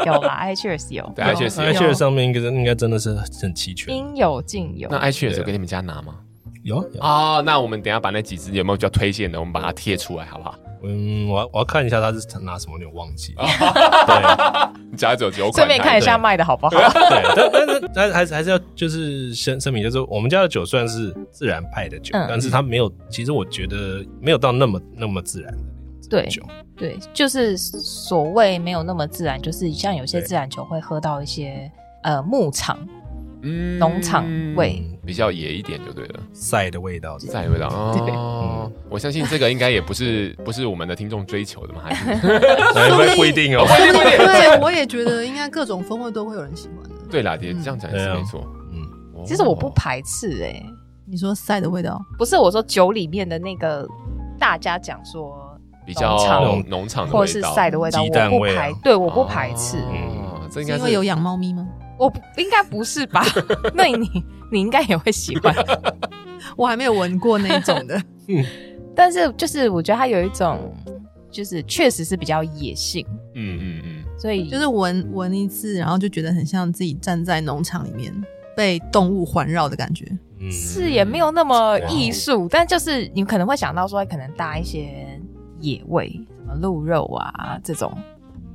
S2: 有啦啊，I cheers 有，
S3: 对 I Cheers 有
S5: 啊 i 哎 Cheers 上面应该应该真的是很齐全，
S2: 应有尽有
S3: 那。爱去的时候
S5: 对
S3: 给你们家拿吗？
S5: 有啊有啊，
S3: 啊哦，那我们等一下把那几支有没有比较推荐的，我们把它贴出来好不好？
S5: 嗯，我要我要看一下它是拿什么，有点忘
S2: 哦
S5: 记了，对。
S3: 你家只有九款，
S2: 顺便看一下卖的好不好？
S5: 对，但但是但还是还是要就是先声明，就是我们家的酒虽然是自然派的酒，
S2: 嗯
S5: 但是它没有，其实我觉得没有到那么那么自然的那种酒。
S2: 对，就是所谓没有那么自然，就是像有些自然酒会喝到一些呃牧场
S3: 嗯
S2: 农场味
S5: 嗯，
S3: 比较野一点就对了，
S5: 晒的味道 这样，
S3: 在味道哦。我相信这个应该也不是不是我们的听众追求的嘛，还 是。
S5: 哎不不一定哦。
S4: 对对对，我也觉得应该各种风味都会有人喜欢的
S3: 对啦，也这样讲也是没错。
S5: 嗯，
S3: 哦
S2: 其实我不排斥哎、
S4: 你说晒的味道，
S2: 不是我说酒里面的那个大家讲说
S3: 比较
S2: 农
S5: 场
S3: 农场的
S2: 或
S3: 味道，
S2: 是晒的味道，
S5: 鸡
S2: 我
S5: 蛋
S2: 不
S5: 味啊
S2: 排，对，我不排斥，
S3: 哦这应
S4: 是
S3: 该
S4: 因
S3: 是
S4: 为有养猫咪吗？
S2: 我不应该不是吧？那你你应该也会喜欢，
S4: 我还没有闻过那种的，
S2: 但是就是我觉得它有一种，就是确实是比较野性，
S3: 嗯嗯嗯。
S2: 所以
S4: 就是闻闻一次，然后就觉得很像自己站在农场里面被动物环绕的感觉。
S5: 嗯，
S2: 是也没有那么艺
S5: 哦
S2: 术，但就是你可能会想到说，可能搭一些野味，什么鹿肉啊这种，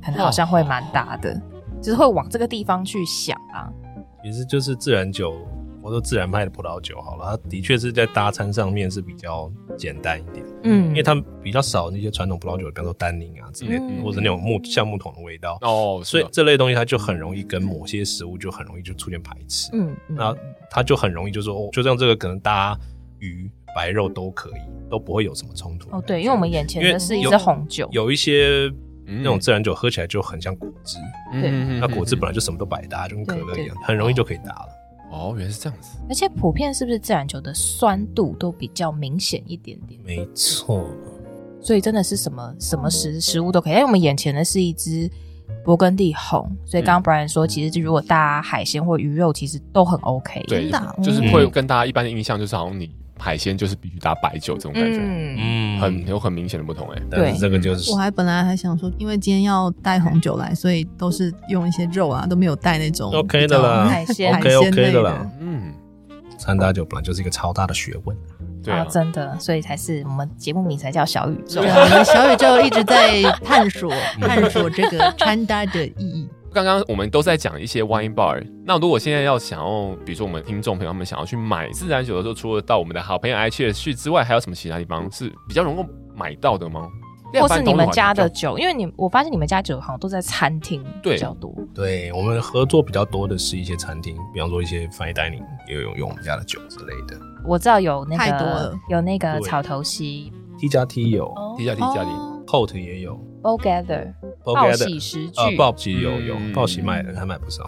S2: 可能好像会蛮搭的，就是会往这个地方去想啊。
S5: 其实就是自然酒。我说自然派的葡萄酒好了，它的确是在搭餐上面是比较简单一点，
S2: 嗯，
S5: 因为它比较少那些传统葡萄酒，比方说丹宁啊之类的，
S2: 嗯
S5: 或者那种木橡木桶的味道，
S3: 哦，
S5: 所
S3: 所
S5: 以
S3: 以
S5: 这类东西它就很容易跟某些食物就很容易就出现排斥，
S2: 嗯，嗯
S5: 那它就很容易就说，哦，就像这个可能搭鱼、白肉都可以，都不会有什么冲突。
S2: 哦对，因为我们眼前
S5: 因为
S2: 的是一
S5: 有
S2: 支红酒，
S5: 有一些
S3: 嗯
S5: 那种自然酒喝起来就很像果汁，
S2: 对
S5: 那果汁本来就什么都百搭，就跟可乐一
S2: 对
S5: 样，很容易就可以搭了。
S3: 哦，原来是这样子，
S2: 而且普遍是不是自然酒的酸度都比较明显一点点？
S5: 没错，
S2: 所以真的是什么什么食食物都可以。因为我们眼前的是一只勃艮第红，所以
S5: 嗯
S2: 刚刚 Brian 说，其实如果搭海鲜或鱼肉，其实都很 OK。
S3: 对
S4: 真的啊，
S3: 就是
S5: 嗯
S3: 会跟大家一般的印象就是好像你海鲜就是必须搭白酒这种感觉，
S2: 嗯，
S5: 嗯
S3: 很有很明显的不同哎。
S5: 但是这个就是
S4: 我还本来还想说，因为今天要带红酒来，所以都是用一些肉啊，都没有带那种
S5: OK 的啦
S2: 海鲜
S4: 海
S5: 嗯，OK
S4: 鲜
S5: OK
S4: 类
S5: 的
S4: 的
S5: 啦。
S3: 嗯，
S5: 餐搭酒本来就是一个超大的学问，
S3: 对啊，
S2: 真的，所以才是我们节目名才叫小宇宙
S4: 对。啊，我们小宇宙一直在探索探索这个穿搭的意义。
S3: 刚刚我们都在讲一些 wine bar，那如果现在要想要，比如说我们听众朋友们想要去买自然酒的时候，除了到我们的好朋友 i c h 去之外，还有什么其他地方是比较能够买到的吗？
S2: 或是你们家的酒，因为你我发现你们家酒好像都在餐厅
S3: 对
S2: 比较多，
S5: 对我们合作比较多的是一些餐厅，比方说一些 fine dining 也有用我们家的酒之类的。
S2: 我知道有那
S4: 太多
S2: 个
S4: 了哦
S2: 有那个
S5: 对
S2: 草头溪
S5: T 加 T 有
S3: 迪加迪加迪，
S5: ，Hot 也有
S2: All Gather 报
S5: Bulgari
S2: 喜食
S5: 呃
S2: 具，
S5: ，Bob 其实有有
S3: 嗯
S5: ，Bob 其实买了还买不少，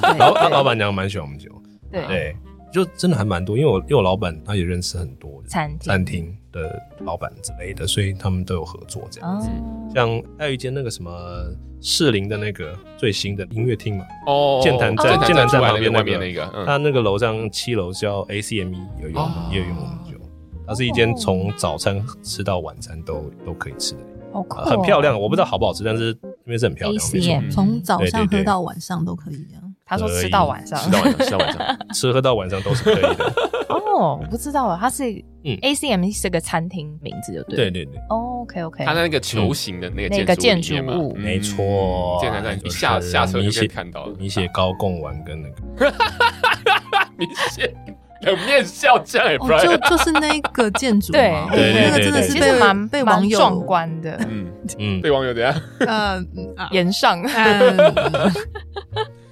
S2: 对
S5: 老他老板娘蛮喜欢我们酒，
S2: 对
S5: 对，就真的还蛮多，因为我因为我老板他也认识很多
S2: 餐厅
S5: 餐厅的老板之类的，所以他们都有合作这样。
S2: 哦
S5: 像还有一间那个什么士林的那个最新的音乐厅嘛，
S3: 哦，
S5: 剑潭站
S3: 哦
S5: 剑潭站旁边那个
S3: 外面那个，嗯，
S5: 它那个楼上七楼叫 ACME E，有用
S3: 哦
S5: 也有用我们酒，它是一间从早餐吃到晚餐都都可以吃的，
S2: 好酷
S5: 呃
S2: 哦，
S5: 很漂亮。我不知道好不好吃，但是那边是很漂亮，没错
S2: ACM
S3: 嗯
S4: 从早上
S5: 对对对
S4: 喝到晚上都可以这 样。
S2: 他说吃到晚上，
S3: 吃到晚上，吃到晚上，
S5: 吃喝到晚上都是可 以的。
S2: 哦， 我不知道啊，它是
S5: 嗯
S2: ACM 是个餐厅名字就对
S5: 对
S2: 了。
S5: 对对，
S2: 哦，OK OK，
S3: 它那个球形的那个
S2: 那个
S3: 建
S2: 建
S3: 筑里
S2: 筑
S3: 面嘛
S2: 物
S3: 嗯
S5: 没啊错，
S3: 剑潭站一
S5: 就是
S3: 下下车就可
S5: 米
S3: 以
S5: 血
S3: 看到了，
S5: 米血高贡丸跟那个
S3: 米线冷面笑匠哎
S4: 哦，
S3: ，Brian，
S4: 就就是那个建筑 嘛，
S2: 对
S4: 哦
S5: 对对
S4: 那个真的
S5: 对
S4: 是
S2: 其实
S4: 被
S2: 蛮
S4: 被
S2: 蛮
S4: 网友
S2: 壮观的，
S3: 嗯，
S5: 嗯，
S3: 被网友怎样？
S4: 呃嗯啊
S2: 岩上
S4: 嗯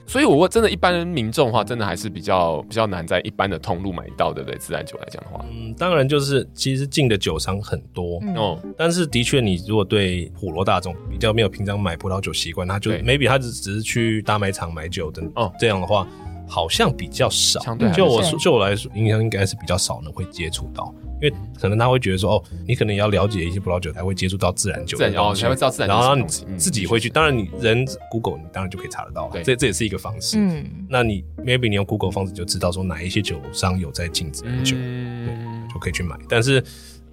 S3: 所以我问真的，一般民众的话，真的还是比较比较难在一般的通路买到，对不对？自然酒来讲的话，
S5: 嗯，当然就是其实进的酒商很多，
S2: 嗯
S3: 哦，
S5: 但是的确你如果对普罗大众比较没有平常买葡萄酒习惯，他就
S3: 对
S5: maybe 他只只是去大卖场买酒的，
S3: 哦
S5: 哦，这样的话好像比较少。
S3: 相对还是
S5: 就我
S2: 少
S5: 就我来说，影响应该是比较少人会接触到，因为可能他会觉得说，哦，你可能也要了解一些葡萄酒才会接触到自然酒
S3: 自
S5: 的
S3: 然酒哦
S5: 东西，
S3: 才会知道自然酒
S5: 然
S3: 是
S5: 后
S3: 什么
S5: 你
S3: 东西嗯
S5: 自己会去，当然你人 Google 你当然就可以查得到了啊
S3: 对，
S5: 这这也是一个方式。
S2: 嗯，
S5: 那你 maybe 你用 Google 方式就知道说哪一些酒商有在进自然酒，
S3: 嗯，
S5: 就可以去买。但是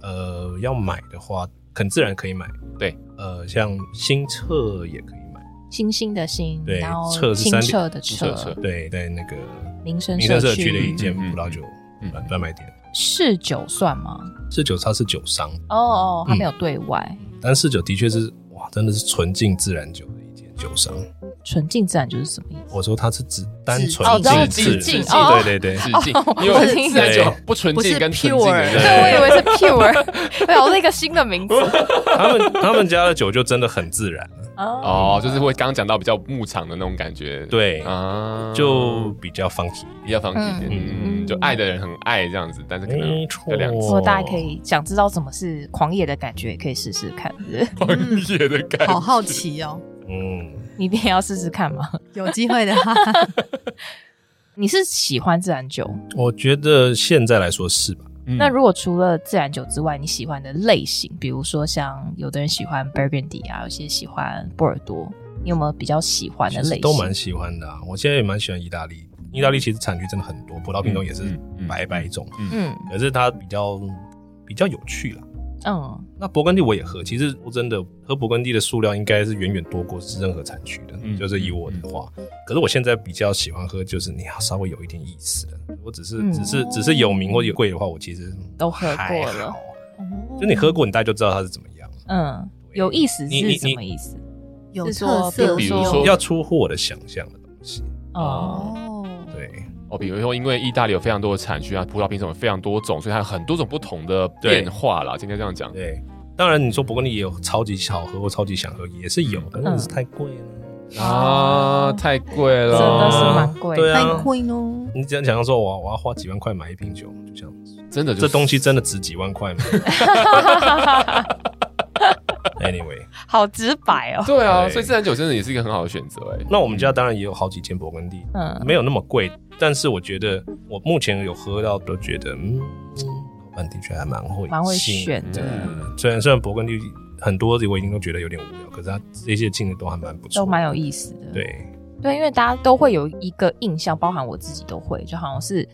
S5: 呃，要买的话，很自然可以买。
S3: 对，
S5: 呃，像新澈也可以买。
S2: 星星的星，
S5: 对
S2: 然后
S5: 澈是
S2: 清
S5: 三
S2: 澈的
S3: 清澈的澈
S2: 澈，
S5: 对，在那个
S2: 民生
S5: 民生社区的一
S2: 区
S5: 间
S3: 嗯
S5: 葡萄酒
S3: 嗯
S5: 专专卖店，
S2: 是酒算吗？
S5: 四九它是酒商，
S2: 哦哦，它
S5: 嗯
S2: 没有对外，
S5: 但四九的确是哇，真的是纯净自然酒的一间酒商。
S2: 纯净自然就是什么意思？
S5: 我说它是指单纯
S2: 哦
S5: 净
S3: 致
S5: 自
S3: 敬
S5: 然
S3: 哦
S5: 酒，对对对
S3: 致。敬，因为自然酒不纯净跟纯净的，
S4: 不是 pure
S2: 对，我以为是 pure，对，我 是一个新的名字。
S5: 他们他们家的酒就真的很自然，
S2: 哦，
S3: 哦，就是会刚刚讲到比较牧场的那种感觉，
S5: 对
S3: 啊，
S5: 就比较 funky。
S3: 比较放一点，
S5: 嗯
S3: 嗯，就爱的人很爱这样子，但是可能
S5: 没错
S3: 这两次
S2: 如果大家 可以想知道什么是狂野的感觉，也可以试试看。 是不
S3: 狂
S2: 是
S3: 野的感觉，
S4: 好好奇哦，
S5: 嗯，
S2: 你一定要试试看吗？
S4: 有机会的话，
S2: 你是喜欢自然酒？
S5: 我觉得现在来说是吧？
S3: 嗯
S2: 那如果除了自然酒之外，你喜欢的类型，比如说像有的人喜欢 Burgundy 啊，有些喜欢波尔多，你有没有比较喜欢的类
S5: 其实
S2: 型？
S5: 都蛮喜欢的、啊。我现在也蛮喜欢意大利，意大利其实产区真的很多，葡萄品种也是
S3: 嗯嗯
S5: 百百种，
S2: 嗯
S5: 可是它比较比较有趣啦。
S2: 嗯
S5: 那勃艮第我也喝，其实说真的，喝勃艮第的数量应该是远远多过是任何产区的，
S3: 嗯
S5: 就是以我的话。可是我现在比较喜欢喝，就是你要稍微有一点意思的。我只是、
S2: 嗯
S5: 只是只是有名或者贵的话，我其实
S2: 都喝过
S5: 还
S2: 了
S5: 好。啊就你喝
S4: 哦
S5: 过，你大概就知道它是怎么样。
S2: 嗯，有意思
S5: 你你
S2: 是什么意思？
S4: 有
S2: 是
S4: 特
S2: 说
S4: 色，
S3: 比如说
S5: 要出乎我的想象的东西。
S2: 哦，
S4: 哦，
S5: 对，
S3: 哦，比如说，因为意大利有非常多的产区啊，葡萄品种有非常多种，所以它有很多种不同的变化啦。今天这样讲，
S5: 对，当然你说伯格利也有超级好喝或超级想喝也是有，
S2: 嗯
S5: 但那是太贵了。
S3: 啊，太贵了，
S2: 真的是蛮贵的
S5: 对
S4: 太
S5: 啊，
S4: 贵呢。
S5: 你只能想象说，我我要花几万块买一瓶酒，就这样，
S3: 真的就
S5: 这
S3: 是
S5: 东西真的值几万块 吗 ？Anyway，
S2: 好直白哦。
S3: 对啊，
S5: 对
S3: 所以自然酒真的也是一个很好的选择哎、
S5: 那我们家当然也有好几间勃艮第，
S2: 嗯，
S5: 没有那么贵，但是我觉得我目前有喝到都觉得，嗯，老板的确还蛮会
S2: 蛮会
S5: 性
S2: 选的，
S5: 嗯虽然虽然勃艮第很多我已经都觉得有点无聊，可是它这些进的都还蛮不错，
S2: 都蛮有意思的。
S5: 对。
S2: 对，因为大家都会有一个印象，包含我自己都会，就好像是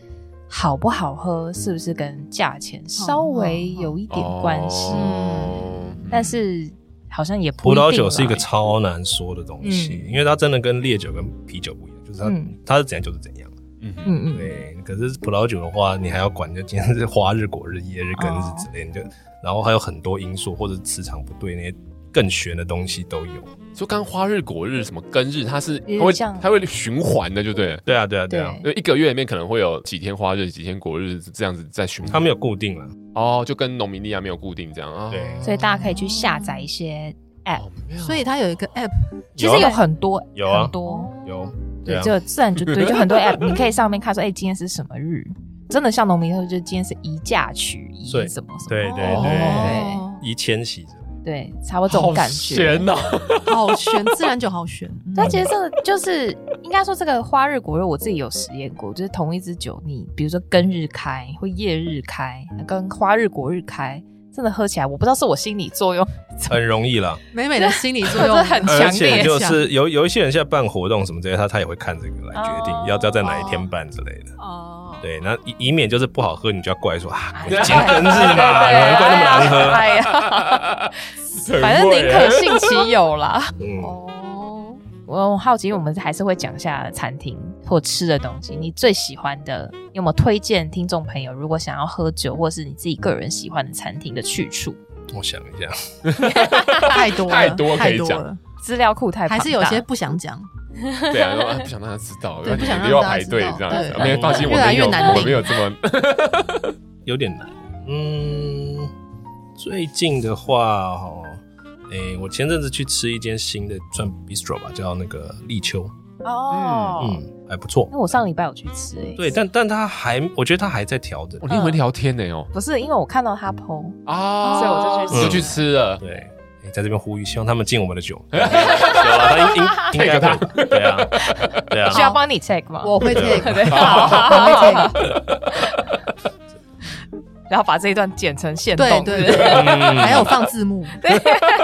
S2: 好不好喝，是不是跟价钱稍微有一点关系，
S3: 哦
S2: 但是好像也不
S5: 葡
S2: 一定
S5: 萄酒是一个
S2: 啦
S5: 超难说的东西，因为它真的跟烈酒跟啤酒不一样，就是它、
S2: 嗯
S5: 它是怎样就是怎样。
S3: 嗯哼
S2: 嗯嗯，
S5: 对，可是葡萄酒的话，你还要管，就今天是花日、果日、夜日、庚日之类的，你就
S2: 哦
S5: 然后还有很多因素或者磁场不对那些更玄的东西都有。
S3: 就刚花日、果日、什么庚日，它是
S2: 有
S3: 它会
S2: 点像
S3: 它会循环的，就对了。
S5: 对啊，对啊，对啊，
S2: 对
S3: 就一个月里面可能会有几天花日、几天果日这样子在循
S5: 它
S3: 环，
S5: 没有固定了。
S3: 哦，就跟农民利亚没有固定这样啊。哦
S5: 对
S2: 所以大家可以去下载一些 app，、
S3: 好妙
S4: 所以它有一个 app，
S2: 其
S5: 有
S2: 实有
S5: 啊
S2: 很多，
S5: 有啊
S2: 很多，
S5: 有，对
S2: 对，
S5: 啊，
S2: 就自然就对，就很多 app，你可以上面看说，哎、今天是什么日？真的像农民说，就今天是宜嫁娶宜
S5: 所以
S2: 什么什么，
S5: 对对对，
S2: 哦
S5: 一千起着。
S2: 对，差不多这种感觉。
S3: 好闲 哦
S4: 对，好悬，自然酒好悬。嗯
S2: 但其实这个就是应该说，这个花日果日我自己有实验过，就是同一支酒，你比如说庚日开或夜日开，跟花日果日开，真的喝起来，我不知道是我心理作用，
S5: 很容易啦，
S4: 美美的心理作
S2: 真
S4: 用
S2: 的很
S5: 而
S2: 强
S5: 且
S2: 烈。
S5: 就是有有一些人现在办活动什么之类的，他他也会看这个来决定
S2: 哦
S5: 要要在哪一天办之类的。
S4: 哦，
S5: 对，那以以免就是不好喝，你就要怪说啊，
S2: 对啊
S5: 今天日嘛，难怪那么难喝。
S2: 哎呀， 反正宁可信其有啦。
S5: 嗯，
S4: 哦，
S2: 我好奇，我们还是会讲一下餐厅或吃的东西。你最喜欢的有没有推荐听众朋友？如果想要喝酒，或是你自己个人喜欢的餐厅的去处，
S5: 我想一下，
S4: 太多了
S3: 太多可以
S4: 太多
S3: 讲
S4: 了，
S2: 资料库太庞大
S4: 还是有些不想讲。
S3: 对啊，然后啊不想让他知道，
S4: 对不想让
S3: 又要
S4: 大家
S3: 排队
S4: 知
S3: 这
S4: 道
S3: 样子。
S5: 对
S3: 没有放心，我
S4: 越来
S3: 没
S4: 越
S3: 有
S4: 难领
S3: 我没有这 么
S5: 有点难。嗯，最近的话，哦，诶、我前阵子去吃一间新的，算 bistro 吧，叫那个立秋，
S2: 哦。
S5: 嗯，还不错。
S2: 那我上礼拜有去吃、欸，
S5: 对，但但他还，我觉得他还在调整
S3: 我。灵魂聊天呢哦
S2: 不是因为我看到他 PO，
S3: 啊，
S2: 所以我就去吃
S3: 就去吃了。
S5: 对，诶在这边呼吁，希望他们进我们 的酒。有了，他应应应该会，对啊，对啊
S2: 需。要帮你 check 吗？
S4: 我会 take，
S2: 对，
S4: 我 会 take，
S2: 然后把这一段剪成线动，
S4: 对
S2: 对
S4: 对
S2: 不对，
S4: 对，
S5: 嗯
S4: 还有放字幕，
S5: 对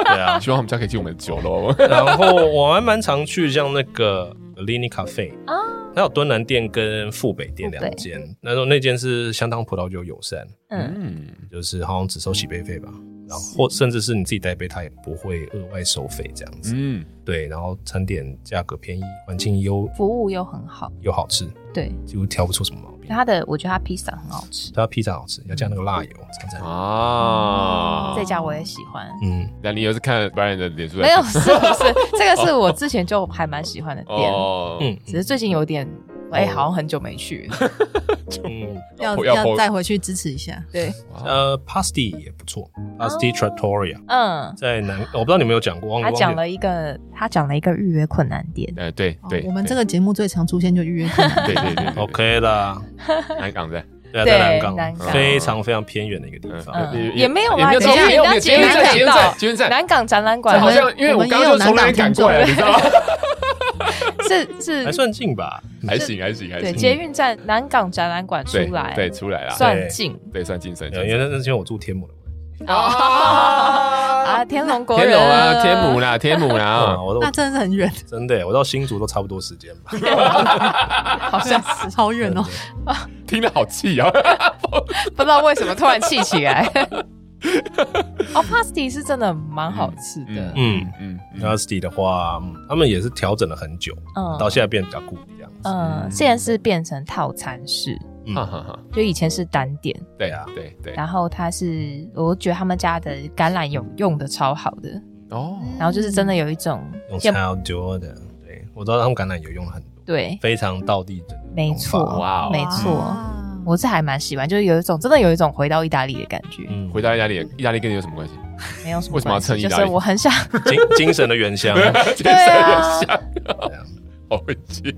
S2: 嗯
S5: 啊，
S3: 希望他们家可以进我们的酒楼。
S5: 然后我还蛮常去像那个 Lini Cafe
S2: 啊
S5: 还有敦南店跟富北店
S2: 富北
S5: 两间，那时候那间是相当葡萄酒友善，
S2: 嗯，
S3: 嗯，
S5: 就是好像只收洗杯费吧，然后或甚至是你自己带杯，他也不会额外收费这样子。
S3: 嗯，
S5: 对，然后餐点价格便宜，环境优
S2: 服务又很好，
S5: 又好吃，
S2: 对，
S5: 几乎挑不出什么毛病。
S2: 他的我觉得他披萨很好吃，
S5: 它披萨好吃，要加那个辣油，尝
S2: 哦
S5: 尝。
S3: 嗯啊，
S2: 这家我也喜欢，
S5: 嗯，
S3: 那你又是看 Brian 的脸书来
S2: 没有，是不是？这个是我之前就还蛮喜欢的店，
S3: 哦，
S5: 嗯
S2: 只是最近有点，哎、好像很久没 去。
S5: 嗯，
S4: 要
S3: 要
S4: 要
S3: po-
S4: 再回去支持一下。
S2: 对，
S3: 哇
S5: 呃，Pasty 也不错，Pasty
S2: 哦
S5: Trattoria
S2: 嗯，
S5: 在南，我不知道你有没有讲过，忘
S2: 他
S5: 了
S2: 讲了一个，他讲了一个预约困难点。
S3: 呃，对
S4: 哦
S3: 对，
S4: 我们这个节目最常出现就预约困难
S3: 对对对对
S5: OK 啦，
S3: 南港在，
S5: 对啊，
S2: 对
S5: 在南港，
S2: 南港
S5: 非常非常偏远的一个地方。
S2: 嗯
S3: 也
S2: 也没有
S3: 也
S2: 啊
S3: 没有
S2: 等一下
S3: 没有没有
S2: 人家
S3: 捷运站，捷
S2: 捷运
S3: 运
S2: 站
S3: 站，捷运站，
S2: 南港展览
S3: 这
S2: 馆
S3: 好像因为我刚刚就从那边赶过来了，你知道吗？
S2: 是是
S5: 还算近吧，
S3: 还行还行还
S2: 对
S3: 行，
S2: 捷运站南港展览馆出
S3: 对
S2: 来，
S3: 对，出来啦，
S2: 算近
S3: 对算精神，
S5: 呃因为那那是因为我住天母的关系
S3: 啊
S2: 啊，天龙国
S3: 天
S2: 人
S3: 龙啊，天母啦，天母
S5: 啊，
S3: 啦，
S5: 我都
S4: 那真的是很远，
S5: 真的耶，我到新竹都差不多时间吧。
S2: 好像是
S4: 好远哦。
S3: 听得好气啊！
S2: 不知道为什么突然气起来。 哦，pasty 是真的蛮好吃的，
S5: 嗯
S3: 嗯，嗯
S5: Nasty 的话，嗯他们也是调整了很久，
S2: 嗯
S5: 到现在变比较固定这样子。
S2: 嗯，现在是变成套餐式，
S5: 嗯
S3: 哈哈哈，
S2: 就以前是单点，
S3: 对
S5: 啊
S3: 对对，
S2: 然后它是，我觉得他们家的橄榄油用的超好的，
S3: 哦，
S4: 嗯
S2: 然后就是真的有一种
S5: 用
S2: 见
S5: 超多的，对我知道他们橄榄油用了很多，
S2: 对，
S5: 非常道地的，
S2: 没
S5: 哇
S2: 错，
S3: 哇哦，
S2: 没错，
S4: 哇
S2: 我是还蛮喜欢，就是有一种真的有一种回到意大利的感觉，
S5: 嗯，
S3: 回到意大利，意大利跟你有什么关系？
S2: 没有什么
S3: 为什么要
S2: 关系
S3: 趁意
S2: 就
S3: 大
S2: 是
S3: 利
S2: 我很想，
S5: 精精神的原 乡。
S3: 对
S2: 啊，
S3: 好会接，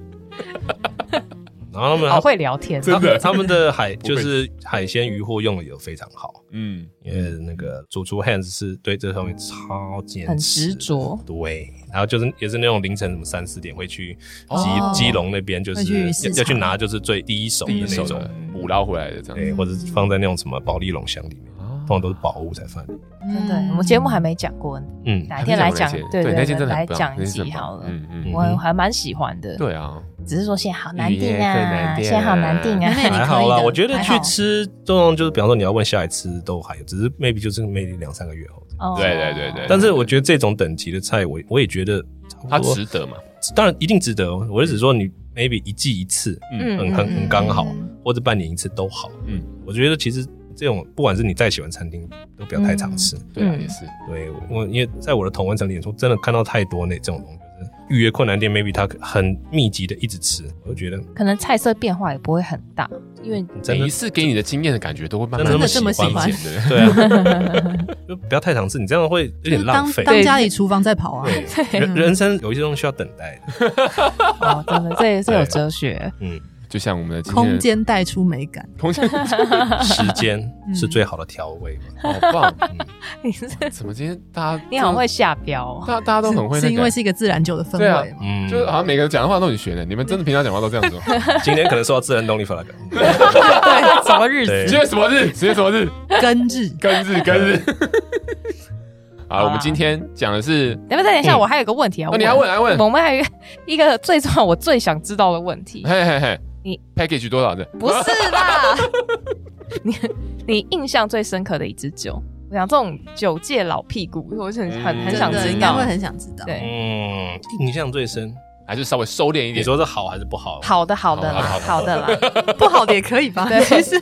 S5: 然后他们
S2: 好会聊天，
S5: 他们他们的海
S3: 愧
S5: 就是海鲜渔获用的也非常好，
S3: 嗯，
S5: 因为那个主厨 Hans 是对这方面超坚持的
S2: 很执，着，
S5: 对，然后就是也是那种凌晨什么三四点会去
S3: 哦
S5: 基基隆那边，就
S4: 会去
S5: 是
S4: 市
S5: 要
S4: 场
S5: 要去拿就是最第一手的
S3: 第一
S5: 那
S3: 手
S5: 种嗯
S3: 的，捕捞回来的这样
S4: 嗯
S5: 对，
S3: 子。
S5: 或者是放在那种什么保利龙箱里面，
S3: 啊
S5: 通常都是宝物才放在里面。
S2: 真
S4: 嗯
S2: 的，我们节目还没讲过，
S5: 嗯，
S2: 哪天来讲
S3: 还没，
S2: 对
S3: 那件
S2: 对，
S3: 真的
S2: 来
S3: 很棒
S2: 讲
S3: 那
S2: 一
S3: 件真的
S2: 集
S3: 很棒
S2: 好了，
S3: 嗯嗯，
S2: 我还蛮喜欢的，，
S3: 对啊，
S2: 只是说现在好难
S3: 语言
S2: 定
S3: 更
S2: 啊
S3: 难，定
S2: 现在好难定
S4: 啊
S2: 啊，
S4: 妹妹
S5: 还
S4: 你
S5: 好
S4: 可以
S5: 啦，
S4: 的
S5: 我觉得
S4: 还
S5: 去
S4: 好
S5: 吃，通常就是比方说你要问下一次都还有，只是 maybe 就是 maybe 两三个月后。
S2: 哦
S3: 对对对对
S5: 但是我觉得这种等级的菜，我我也觉得差
S3: 它
S5: 不多
S3: 值得嘛？
S5: 当然一定值得哦。我是指说，你 maybe 一季一次，
S3: 嗯
S5: 很很很刚好，或者半年一次都好。
S3: 嗯，
S5: 我觉得其实这种不管是你再喜欢餐厅，都不要太常吃。
S3: 对啊，
S2: 嗯
S3: 也是，
S5: 对我，因为在我的同温层里，我真的看到太多那这种东西，就是预约困难店，maybe 它很密集的一直吃，我就觉得
S2: 可能菜色变化也不会很大，
S3: 嗯
S2: 因为
S5: 真
S3: 每
S5: 的
S3: 一次给你的经验的感觉都会慢慢
S5: 真的那么
S3: 地
S5: 喜欢吗
S3: 理解的。
S5: 对啊，就不要太常吃，你这样会有点浪费。
S4: 当当
S2: 对
S4: 家里厨房在跑啊，
S5: 对，人人生有一些东西需要等待的，
S2: 哦，真的这这有哲 学，
S5: 嗯，
S3: 就像我们的今天
S4: 空
S3: 的
S4: 间带出美感。
S3: 空间，
S5: 时间是最好的调味嘛。
S3: 好棒！
S2: 你是
S3: 怎么今天大家
S2: 你好会，下标哦，
S3: 大大家都很会那个，
S4: 是因为是一个自然酒的氛
S3: 对啊
S4: 围嘛？
S5: 嗯，
S3: 就是 好像每个人讲的话都很玄的。你们真的平常讲话都这样子吗？
S5: 今天可能受到自然动力嗯 flag，
S4: 对，什么日
S5: 对
S3: 几，月什么日？几月什么日？
S4: 根治？
S3: 庚 日，庚日。好，我们今天讲的是，
S2: 你们再等一下，
S5: 嗯
S2: 我还有一个问题要
S3: 那哦
S2: 问。
S3: 你还问？还问？
S2: 我们还有一个最重要，我最想知道的问题，
S3: 嘿嘿嘿，
S2: 你
S3: package 多少的？
S2: 不是啦， 你你印象最深刻的一支酒，我想这种酒界老屁股，我是很很
S3: 嗯
S2: 很想
S4: 真的
S2: 知
S4: 应该
S2: 道
S4: 会。很想知道。
S2: 对，
S5: 嗯，印象最深，
S3: 还是稍微收敛一
S5: 你
S3: 点。
S5: 说是好还是不好？，
S2: 好的，好的啦，好的啦，
S4: 不好的也可以吧？
S2: 对
S4: 其实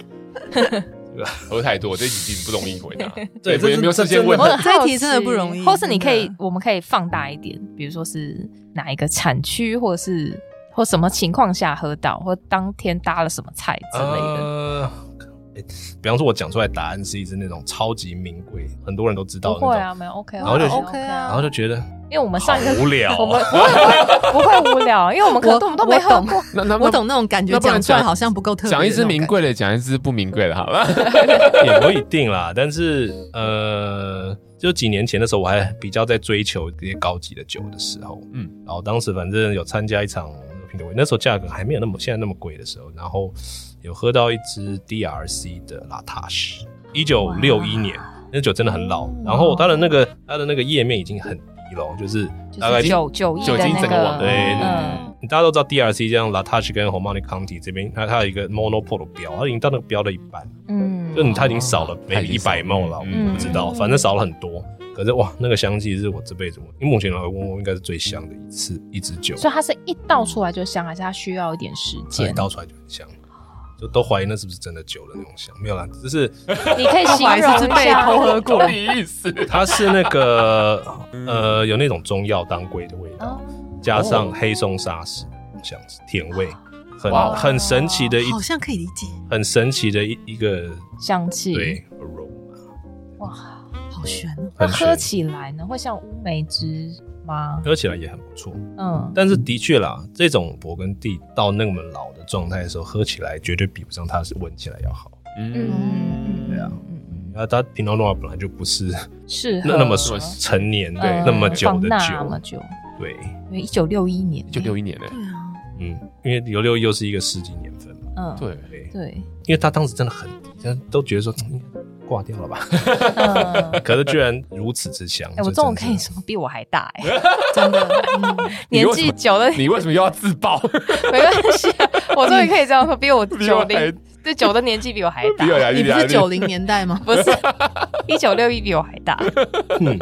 S3: 喝太多，这已经不容易回 答。
S5: 对这
S3: 也
S5: 是
S3: 没有时间问
S5: 这。
S2: 我很好奇
S4: 这一题真的不容易
S2: 或是你可以
S4: 真的，
S2: 我们可以放大一点，比如说是哪一个产区，或者是或什么情况下喝到，或当天搭了什么菜之类的。
S5: 呃，诶比方说，我讲出来答案是一只那种超级名贵，很多人都知
S2: 不
S5: 道的
S2: 会
S5: 那种，
S2: 啊，没有 OK，
S5: 然后就
S2: OK
S5: 然
S2: 啊，
S5: 后就觉得
S2: 因为我们上一个
S5: 好无聊哦
S2: 我们不会不会不会无聊，因为我们可能
S4: 我
S2: 都我们都没
S4: 我
S2: 喝
S4: 懂
S2: 过。
S3: 那那
S4: 我，懂那种感觉，
S3: 那不然
S4: 讲出来
S3: 讲
S4: 好像不够特别。
S3: 讲一支名，贵的，讲一支不名贵的，好了。
S5: 也不一定啦。但是呃，就几年前的时候，我还比较在追求这些高级的酒的时候，
S3: 嗯
S5: 嗯，然后当时反正有参加一场品酒会，那时候价格还没有那么现在那么贵的时候，然后有喝到一支 DRC 的拉塔什，一九六一年，那酒真的很老。然后它的那个它的那个页面已经很低了，就是大概
S2: 就是九九亿
S3: 酒
S2: 的
S3: 精
S2: 那
S3: 整个
S2: 个
S3: 网，
S5: 对对对
S2: 嗯，
S5: 你大家都知道 DRC 这样 Latash 跟 Homani County 这边，它它有一个 monopole 的标，它已经到那个标的一半，
S2: 嗯，
S5: 就你它已经少了
S3: 它
S5: 每
S3: 已经
S5: 一
S3: 少了
S5: 百 m 了，我
S3: 嗯
S5: 不知道，反正少了很多。可是哇，那个香气是我这辈子我目前来问我应该是最香的一次一支酒，
S2: 所以它是一倒出来就香，还是它需要一点时
S5: 对
S2: 间？
S5: 倒出来就很香，就都怀疑那是不是真的酒的那种香，没有啦，就是
S2: 你可以形容一
S4: 不好意思是被偷
S2: 下
S4: 喝
S3: 过，懂你意思。
S5: 它是那个呃有那种中药当归的味道
S2: 哦，
S5: 加上黑松沙石香甜味，很
S3: 哇
S5: 很神奇的一
S4: 好像可以理解，
S5: 很神奇的一一个
S2: 香气。
S5: 对 aroma，
S2: 哇，
S4: 好悬哦。
S2: 那
S5: 很
S2: 喝
S5: 神
S2: 起来呢，会像乌梅汁吗？
S5: 喝起来也很不错。
S2: 嗯，
S5: 但是的确啦，这种勃艮第到那么老的状态的时候，喝起来绝对比不上它是闻起来要好。
S3: 嗯，
S2: 嗯，
S5: 对啊
S2: 嗯，嗯
S5: 那它 Pinot Noir 本来就 不是
S2: 适合
S5: 那那么成年的、
S2: 嗯
S5: 那么久
S2: 呃放
S5: 的
S2: 那么
S5: 酒，
S2: 久，
S5: 对，
S2: 因为一九六一年，
S3: 就六一年嘞。
S4: 对啊，
S5: 嗯，因为刘六又是一个十几年份嘛，
S2: 嗯，
S3: 对，
S5: 对，
S2: 对，
S5: 因为他当时真的很低，真的都觉得说嗯应该挂掉了吧，
S2: 嗯，
S5: 可是居然如此之香。
S2: 哎，我这种可
S5: 真
S2: 以
S5: 的是
S2: 什么比我还大哎，
S4: 真的，嗯
S3: 你
S2: 年
S3: 为什
S2: 纪
S3: 么
S2: 久了
S3: 你为什么又要自爆？
S2: 没关系啊，我终于可以这样说，比我
S3: 比我
S2: 九
S3: 还
S2: 零，对九的年纪比我还大
S3: 比，我来
S4: 你
S3: 比
S4: 不
S3: 来
S4: 是九零年代 吗？
S2: 不是一九六一比我还 大，
S5: 嗯，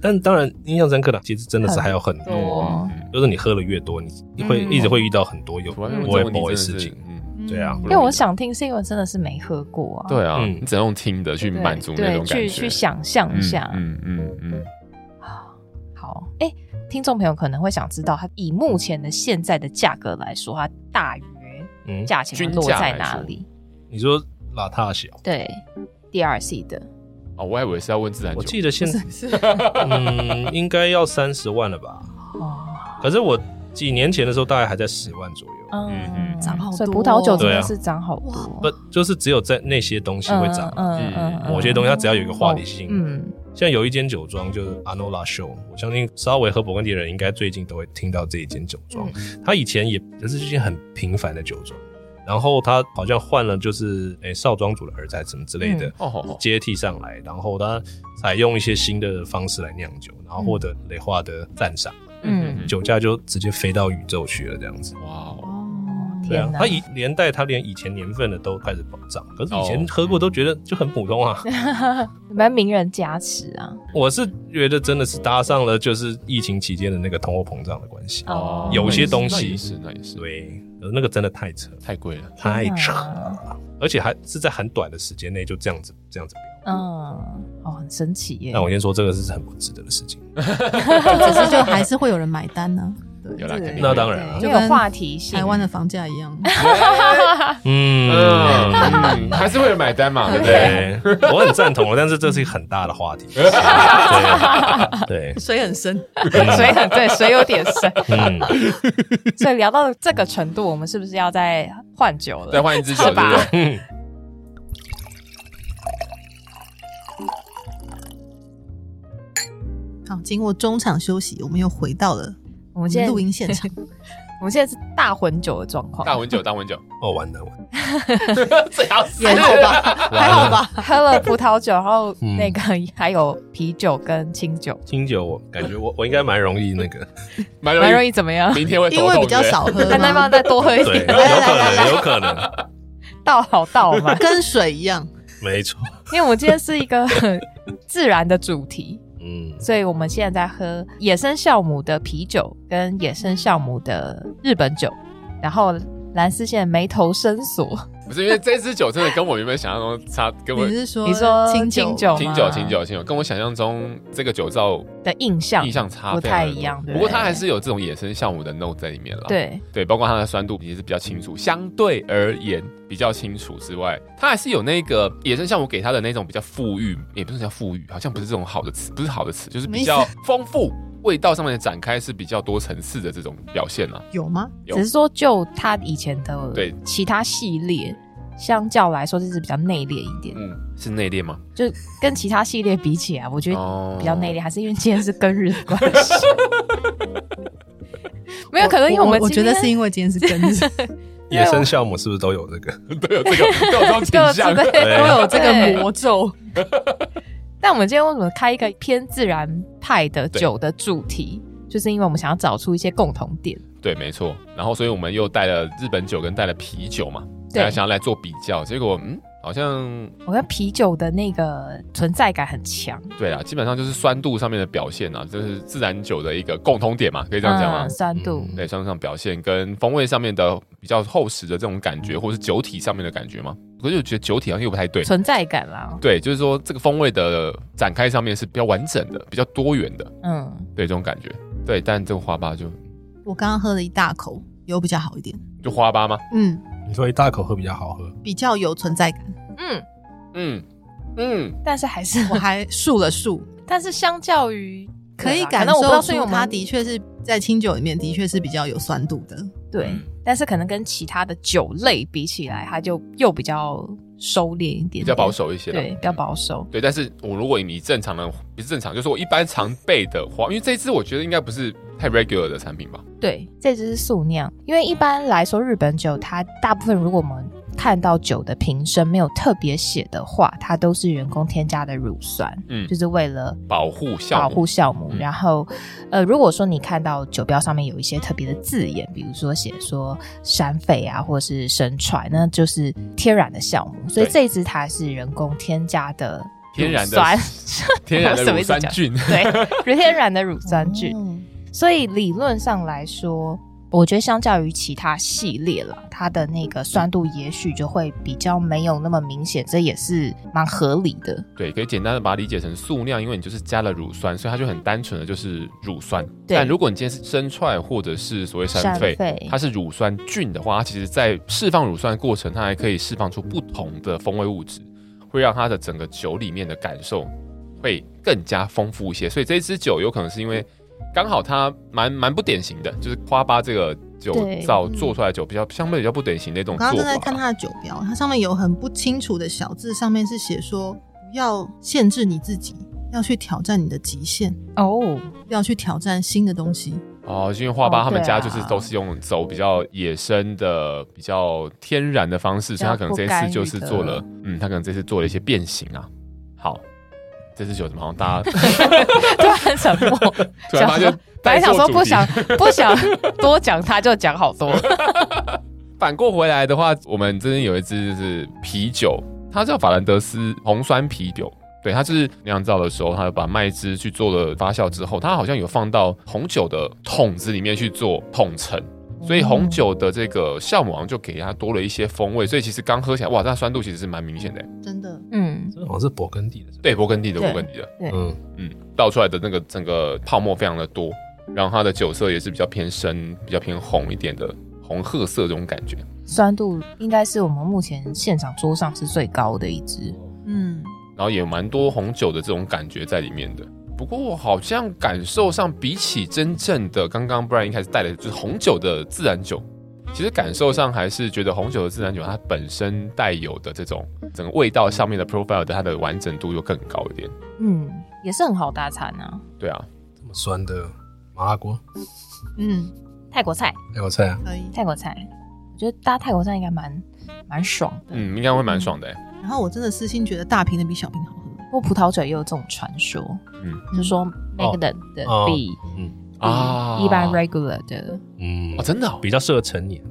S5: 但当然印象深刻的，其实真的是还有很
S2: 很
S5: 多，
S2: 多
S3: 嗯嗯
S5: 就是你喝的越多，你你会、
S4: 嗯
S5: 一直会遇到很多有
S3: 突然问
S2: 嗯
S5: 不会
S3: 这个问题
S5: 不会
S3: 真
S5: 事
S3: 的是
S5: 情。
S3: 嗯
S4: 嗯
S5: 对啊
S2: 因为我想听是因为真的是没喝过啊，
S3: 对啊，
S5: 嗯
S3: 你只能用听的去
S2: 对，
S3: 满足那种感觉，
S5: 嗯
S2: 对去去想象一下，
S3: 嗯嗯嗯嗯，
S2: 好。哎，听众朋友可能会想知道，它以目前的现在的价格来说，它大约
S5: 嗯，
S2: 价钱会
S3: 均
S2: 落
S3: 价
S2: 在
S3: 来
S2: 哪
S3: 说
S2: 里？
S5: 你说拉大小，
S2: 对，DRC 的
S3: 哦，我还以为是要问自然
S5: 我
S3: 酒，
S5: 记 得现在嗯应该要三十万了吧？
S2: 哦，
S5: 可是我几年前的时候大概还在十万左右。
S3: 嗯
S2: 嗯，
S3: 嗯
S4: 涨好
S2: 所以葡
S4: 多
S2: 萄酒
S4: 哦
S2: 真
S5: 对
S2: 的
S5: 啊
S2: 是涨好多，
S5: 不，就是只有在那些东西会涨，
S2: 嗯
S3: 嗯哦
S5: 某些东西它只要有一个话题性。
S2: 嗯，
S5: 像有一间酒庄就是 Anola Show，我相信稍微喝勃艮第的人应该最近都会听到这一间酒庄。
S2: 嗯
S5: 它以前也就是一间很平凡的酒庄，然后它好像换了就是诶、少庄主的儿子还是什么之类的。
S2: 嗯
S3: 哦吼吼
S5: 接替上来，然后它采用一些新的方式来酿酒，然后获得雷化的赞赏，
S2: 嗯
S5: 酒价就直接飞到宇宙去了，这样子。
S3: 哇哦，
S4: 哦
S5: 对啊
S2: 天，哪
S5: 它以连带它连以前年份的都开始保障，可是以前
S3: 哦
S5: 喝过都觉得就很普通啊。
S2: 蛮名人加持啊，
S5: 我是觉得真的是搭上了就是疫情期间的那个通货膨胀的关系，
S2: 哦
S5: 有些东西
S3: 那也是那也是，
S5: 对，呃那个真的太扯，
S3: 太贵了，
S2: 嗯
S5: 太
S2: 天
S5: 扯了，而且还是在很短的时间内就这样子这样子
S2: 嗯，
S5: 飙。
S2: 哦，很神奇耶
S5: 那。我先说这个是很不值得的事情，
S4: 可是就还是会有人买 单呢。
S3: 有啦，
S2: 啊这个
S3: 肯定
S5: 那
S3: 会
S5: 当然了
S2: 就
S4: 就
S2: 有
S4: 跟
S2: 话题性
S4: 台。湾的房价一样，
S5: 嗯。
S3: 嗯，嗯 还是为了买单嘛，对不对？
S5: 对，我很赞同，啊但是这是一个很大的话 题。对，
S4: 水很深。
S2: 水很对，水有点深，
S5: 对嗯，
S2: 所以聊到这个程度，我们是不是要再换酒了？
S3: 再换一支酒，对
S2: 是
S3: 不
S2: 吧
S3: 对？
S4: 好，经过中场休息，我们又回到了
S2: 我
S4: 我
S2: 们现
S4: 们
S2: 在
S4: 录音现场。
S2: 我们现在是大混酒的状况，
S3: 大文酒，大文酒，
S5: 哦，完了，完了
S3: 最好死
S4: 还好吧，还好吧。
S2: 喝了葡萄酒，然后
S5: 嗯
S2: 那个还有啤酒跟清酒，
S5: 清酒我感觉我我应该蛮容易那 个，
S3: 蛮
S2: 蛮
S3: 容
S2: 容
S3: 易，
S2: 易怎么样？
S3: 明天会头
S4: 因
S3: 痛
S4: 为比较
S3: 对不对
S4: 少喝
S2: 那那
S4: 嘛，
S2: 帮再多喝一
S5: 对，有
S2: 点，
S5: 可能，有可能，
S2: 倒好倒嘛，
S4: 跟水一样。
S5: 没错，
S2: 因为我们今天是一个 很自然的主题，
S5: 嗯，
S2: 所以我们现在在喝野生酵母的啤酒跟野生酵母的日本酒，然后兰斯县眉头深锁，
S3: 不是因为这支酒真的跟我原本想象中差，跟我
S4: 你是啊说
S2: 你说
S4: 清
S2: 清酒
S3: 清酒、清酒、清酒，跟我想象中这个酒造
S2: 的印象
S3: 印象差
S2: 不
S3: 非常
S2: 太
S3: 多
S2: 一样对不
S3: 不过它
S2: 对
S3: 还是有这种野生酵母的 note 在里面了。
S2: 对，
S3: 对，包括它的酸度也是比较清楚，相对而言比较清楚之外，它还是有那个野生酵母给它的那种比较富裕，也不是叫富裕，好像不是这种好的词，不是好的词，就是比较丰富。味道上面的展开是比较多层次的这种表现啊，
S4: 有吗？
S3: 有
S2: 只是说就它以前的
S3: 对
S2: 其他系列。相较来说，这是比较内敛一点，
S3: 嗯，是内敛吗？
S2: 就跟其他系列比起来，我觉得
S3: 哦
S2: 嗯比较内敛，还是因为今天是跟日的关 系。没有，可能因为
S4: 我
S2: 们
S4: 我觉得
S2: 今
S4: 是
S2: 天
S4: 因为今天是 跟水，
S5: 野生酵母是不是都有这个？
S3: 都有这个，都有这种倾向，
S2: 各自
S5: 对
S4: 都有这
S2: 对
S4: 个魔咒。
S2: 但我们今天为什么开一个偏自然派的酒的主题？就是因为我们想要找出一些共同点。
S3: 对，没错。然后，所以我们又带了日本酒跟带了啤酒嘛，
S2: 对
S3: 大家想要来做比较，结果嗯，好像
S2: 我看啤酒的那个存在感很强，
S3: 对啦，基本上就是酸度上面的表现啊，就是自然酒的一个共通点嘛，可以这样讲吗
S2: 嗯，？酸度，
S3: 对，酸度上表现跟风味上面的比较厚实的这种感觉，或是酒体上面的感觉嘛，可是我觉得酒体好像又不太对。
S2: 存在感啦，
S3: 对，就是说这个风味的展开上面是比较完整的，比较多元的，
S2: 嗯，
S3: 对这种感觉。对，但这个花吧就
S4: 我刚刚喝了一大口，有比较好一点，
S3: 就花吧吗？
S4: 嗯，
S5: 你说一大口喝比较好喝，
S4: 比较有存 在感。
S2: 嗯，
S3: 嗯嗯，
S2: 但是还是，
S4: 我还数了数，
S2: 但是相较于
S4: 可以
S2: 对啦
S4: 感
S2: 可能我不知
S4: 受
S2: 道是因为
S4: 出
S2: 我
S4: 它
S2: 们
S4: 的确是在清酒里面的确是比较有酸度的。
S2: 对
S3: 嗯，
S2: 但是可能跟其他的酒类比起来，它就又比较收敛一点点，
S3: 比较保，守一些啦，
S2: 对，比较保守，
S3: 对，但是我如果你正常的不是正常，就是我一般常备的话，因为这一支我觉得应该不是太 regular 的产品吧。
S2: 对，这只是素酿，因为一般来说，日本酒它大部分如果我们看到酒的瓶身没有特别写的话，它都是人工添加的乳酸，
S3: 嗯，
S2: 就是为了
S3: 保护效
S2: 保
S3: 果
S2: 护酵母。
S3: 嗯
S2: 然后，呃，如果说你看到酒标上面有一些特别的字眼，比如说写说山肺啊，或是生踹，那就是天然的酵母。所以
S3: 对
S2: 这一支它是人工添加的
S3: 天然的
S2: 乳酸
S3: 天然的
S2: 什么
S3: 乳
S2: 意思
S3: 酸
S2: 讲
S3: 菌。
S2: 对，天然的乳酸菌。
S4: 嗯
S2: 所以理论上来说，我觉得相较于其他系列了，它的那个酸度也许就会比较没有那么明显，这也是蛮合理的。
S3: 对，可以简单的把它理解成素酿，因为你就是加了乳酸，所以它就很单纯的就是乳酸。
S2: 对
S3: 但如果你今天是生踹或者是所谓山
S2: 山
S3: 肺，
S2: 肺
S3: 它是乳酸菌的话，它其实在释放乳酸的过程，它还可以释放出不同的风味物质，会让它的整个酒里面的感受会更加丰富一些。所以这支酒有可能是因为刚好它蛮蛮不典型的，就是花巴这个酒
S2: 对
S3: 造做出来的酒比较相对比较不典型的一种
S4: 我
S3: 做
S4: 刚刚正
S3: 法
S4: 在看
S3: 啦。
S4: 它的酒标，它上面有很不清楚的小字，上面是写说不要限制你自己，要去挑战你的极限，
S2: 哦，
S4: 要去挑战新的东西。
S3: 哦，因为花巴
S2: 哦
S3: 他们家
S2: 对
S3: 就
S2: 啊
S3: 是都是用走比较野生的、比较天然的方式，所以他可能这一次就是做了，嗯，他可能这次做了一些变形啊。好，这支酒怎么好像大家
S2: 突然沉默，
S3: 突然发现
S2: 想说本来想说不想
S3: 带错主题。
S2: 不想多讲，他就讲好 多。
S3: 反过回来的话，我们这边有一支就是啤酒，它叫法兰德斯红酸啤酒。对，它就是酿造的时候，它把麦汁去做了发酵之后，它好像有放到红酒的桶子里面去做桶陈，所以红酒的这个酵母好像就给它多了一些风味，所以其实刚喝起来，哇，它酸度其实是蛮明显的。
S4: 真的，
S2: 嗯，
S5: 这好哦像是勃艮第的，是吧
S3: 对，勃艮第的，
S2: 对
S3: 勃艮第的，
S2: 对
S5: 嗯，
S3: 嗯，倒出来的那个整个泡沫非常的多，然后它的酒色也是比较偏深、比较偏红一点的红褐色这种感觉。
S2: 酸度应该是我们目前现场桌上是最高的一支。
S4: 嗯，
S3: 然后也有蛮多红酒的这种感觉在里面的。不过我好像感受上，比起真正的刚刚 Brian 一开始带的就是红酒的自然酒，其实感受上还是觉得红酒的自然酒它本身带有的这种整个味道上面的 profile 的它的完整度又更高一点。
S2: 嗯，也是很好搭餐啊。
S3: 对啊，
S5: 这么酸的麻辣锅，
S4: 嗯，
S2: 泰国菜，
S5: 还有菜啊，
S4: 可以。
S2: 泰国菜，我觉得搭泰国菜应该蛮蛮爽的。嗯，
S3: 嗯，应该会蛮爽的、欸。
S4: 然后我真的私心觉得大瓶的比小瓶好喝。
S2: 不过葡萄酒也有这种传说，
S3: 嗯
S2: 就是说 Magdalen 的
S5: 哦
S2: B
S5: 嗯
S3: 啊
S2: 一般 regular 的
S5: 嗯
S3: 哦，，真的哦
S5: 比较适合成年，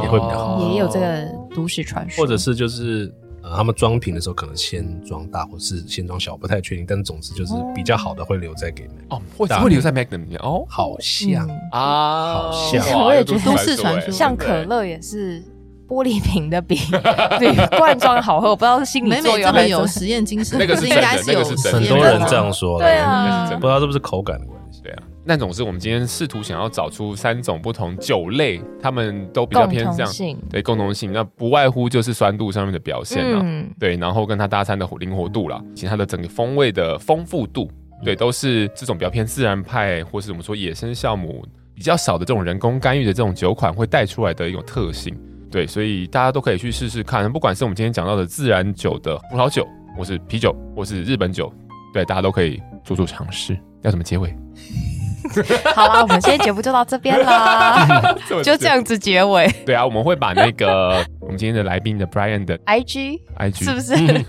S3: 哦
S5: 也会比较好
S2: 也有这个都市传说，
S5: 或者是就是呃，他们装瓶的时候可能先装大，或是先装小，不太确定。但是总之就是比较好的会留在给你们。
S3: 哦，会会留在 Magnum 里面哦
S5: 好像
S2: 嗯
S3: 啊，
S5: 好像
S3: 哇
S2: 我也
S3: 有种
S2: 觉得
S4: 都市传说
S3: 欸
S2: 像可乐也是玻璃瓶的比 比罐装好喝，我不知道是心理
S4: 美
S2: 作
S4: 美
S2: 用还
S4: 这么
S2: 是
S4: 有
S2: 什么
S4: 实验精神，
S3: 那个是
S4: 可
S3: 真
S4: 应
S3: 的
S4: 该是
S3: 那
S4: 有
S3: 个是真的
S5: 很多人这样说，嗯
S2: 对
S3: 那是
S2: 啊
S3: 真
S5: 不，知道是不是口感的关系。
S3: 对啊，那种是我们今天试图想要找出三种不同酒类，他们都比较偏
S2: 共
S3: 向
S2: 同性，
S3: 对共同性，那不外乎就是酸度上面的表现啊，
S2: 嗯，
S3: 对，然后跟它搭餐的灵活度啦，其他的整个风味的丰富度，对，都是这种比较偏自然派，或是我们说野生酵母比较少的这种人工干预的这种酒款会带出来的一种特性。对，所以大家都可以去试试看，不管是我们今天讲到的自然酒的葡萄酒，或是啤酒，或是日本酒，对，大家都可以做做尝试。要怎么结尾？
S2: 好啊啦，我们今天节目就到这边啦， 就这样子结尾。
S3: 对啊，我们会把那个 我们今天的来宾的 Brian 的
S2: IG
S3: IG，
S2: 是不 是？
S3: 嗯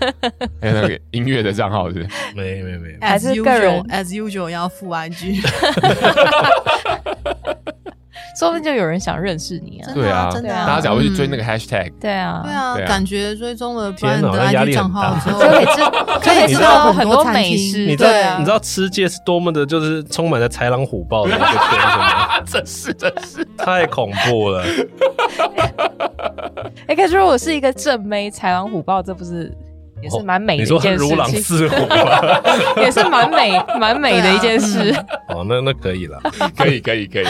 S3: 还有那个音乐的账号是不是
S5: 没没没，
S2: 还
S4: as
S2: 是个人
S4: usual as usual 要付 IG，
S2: 说不定就有人想认识你啊
S4: 真。
S3: 对
S4: 的
S3: 啊
S4: 真的
S2: 对啊
S4: 啊，
S3: 大家假如去追那
S4: 嗯。
S3: 个 hashtag，
S2: 对啊，
S4: 对
S3: 对
S4: 啊，
S3: 啊
S4: 感觉追踪了 b
S5: 天
S4: r
S5: 哪
S4: 的
S5: 那压力
S4: IG
S5: 很
S4: 账号
S5: 大
S4: 之后，
S2: 就可以知就可以知道很多美
S5: 你
S2: 食，
S5: 知道
S2: 对
S5: 你
S2: 啊
S5: 知。道吃界是多么的，就是充满了豺狼虎豹的一个圈子 吗？
S3: 真是真是，
S5: 太恐怖了，
S2: 哎，可是如果是一个正妹豺狼虎豹，这不是也是蛮美
S5: 哦
S2: 的
S5: 你
S2: 一
S5: 说
S2: 件
S5: 如狼
S2: 事情，
S5: 似虎吗？
S2: 也是蛮美蛮美的一件 事。
S5: 哦，那那可以了，
S3: 可以可以可以，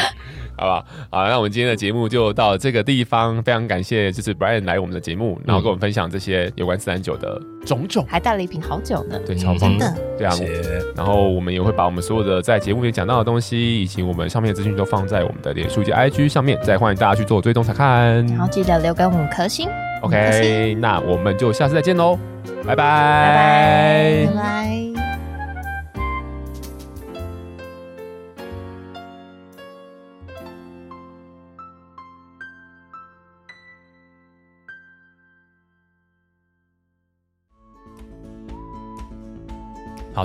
S3: 好吧，好，那我们今天的节目就到这个地方，非常感谢就是 Brian 来我们的节目，然后跟我们分享这些有关自然酒的种种，
S2: 还带了一瓶好酒呢。
S3: 对，超棒
S5: 嗯真的，
S3: 对啊，
S5: 谢谢。
S3: 然后我们也会把我们所有的在节目里讲到的东西，以及我们上面的资讯都放在我们的脸书以及 IG 上面，再欢迎大家去做追踪查看。
S2: 然后记得留给我们五颗星，开
S3: OK，那我们就下次再见喽，拜拜，
S2: 拜
S4: 拜拜。
S3: 好，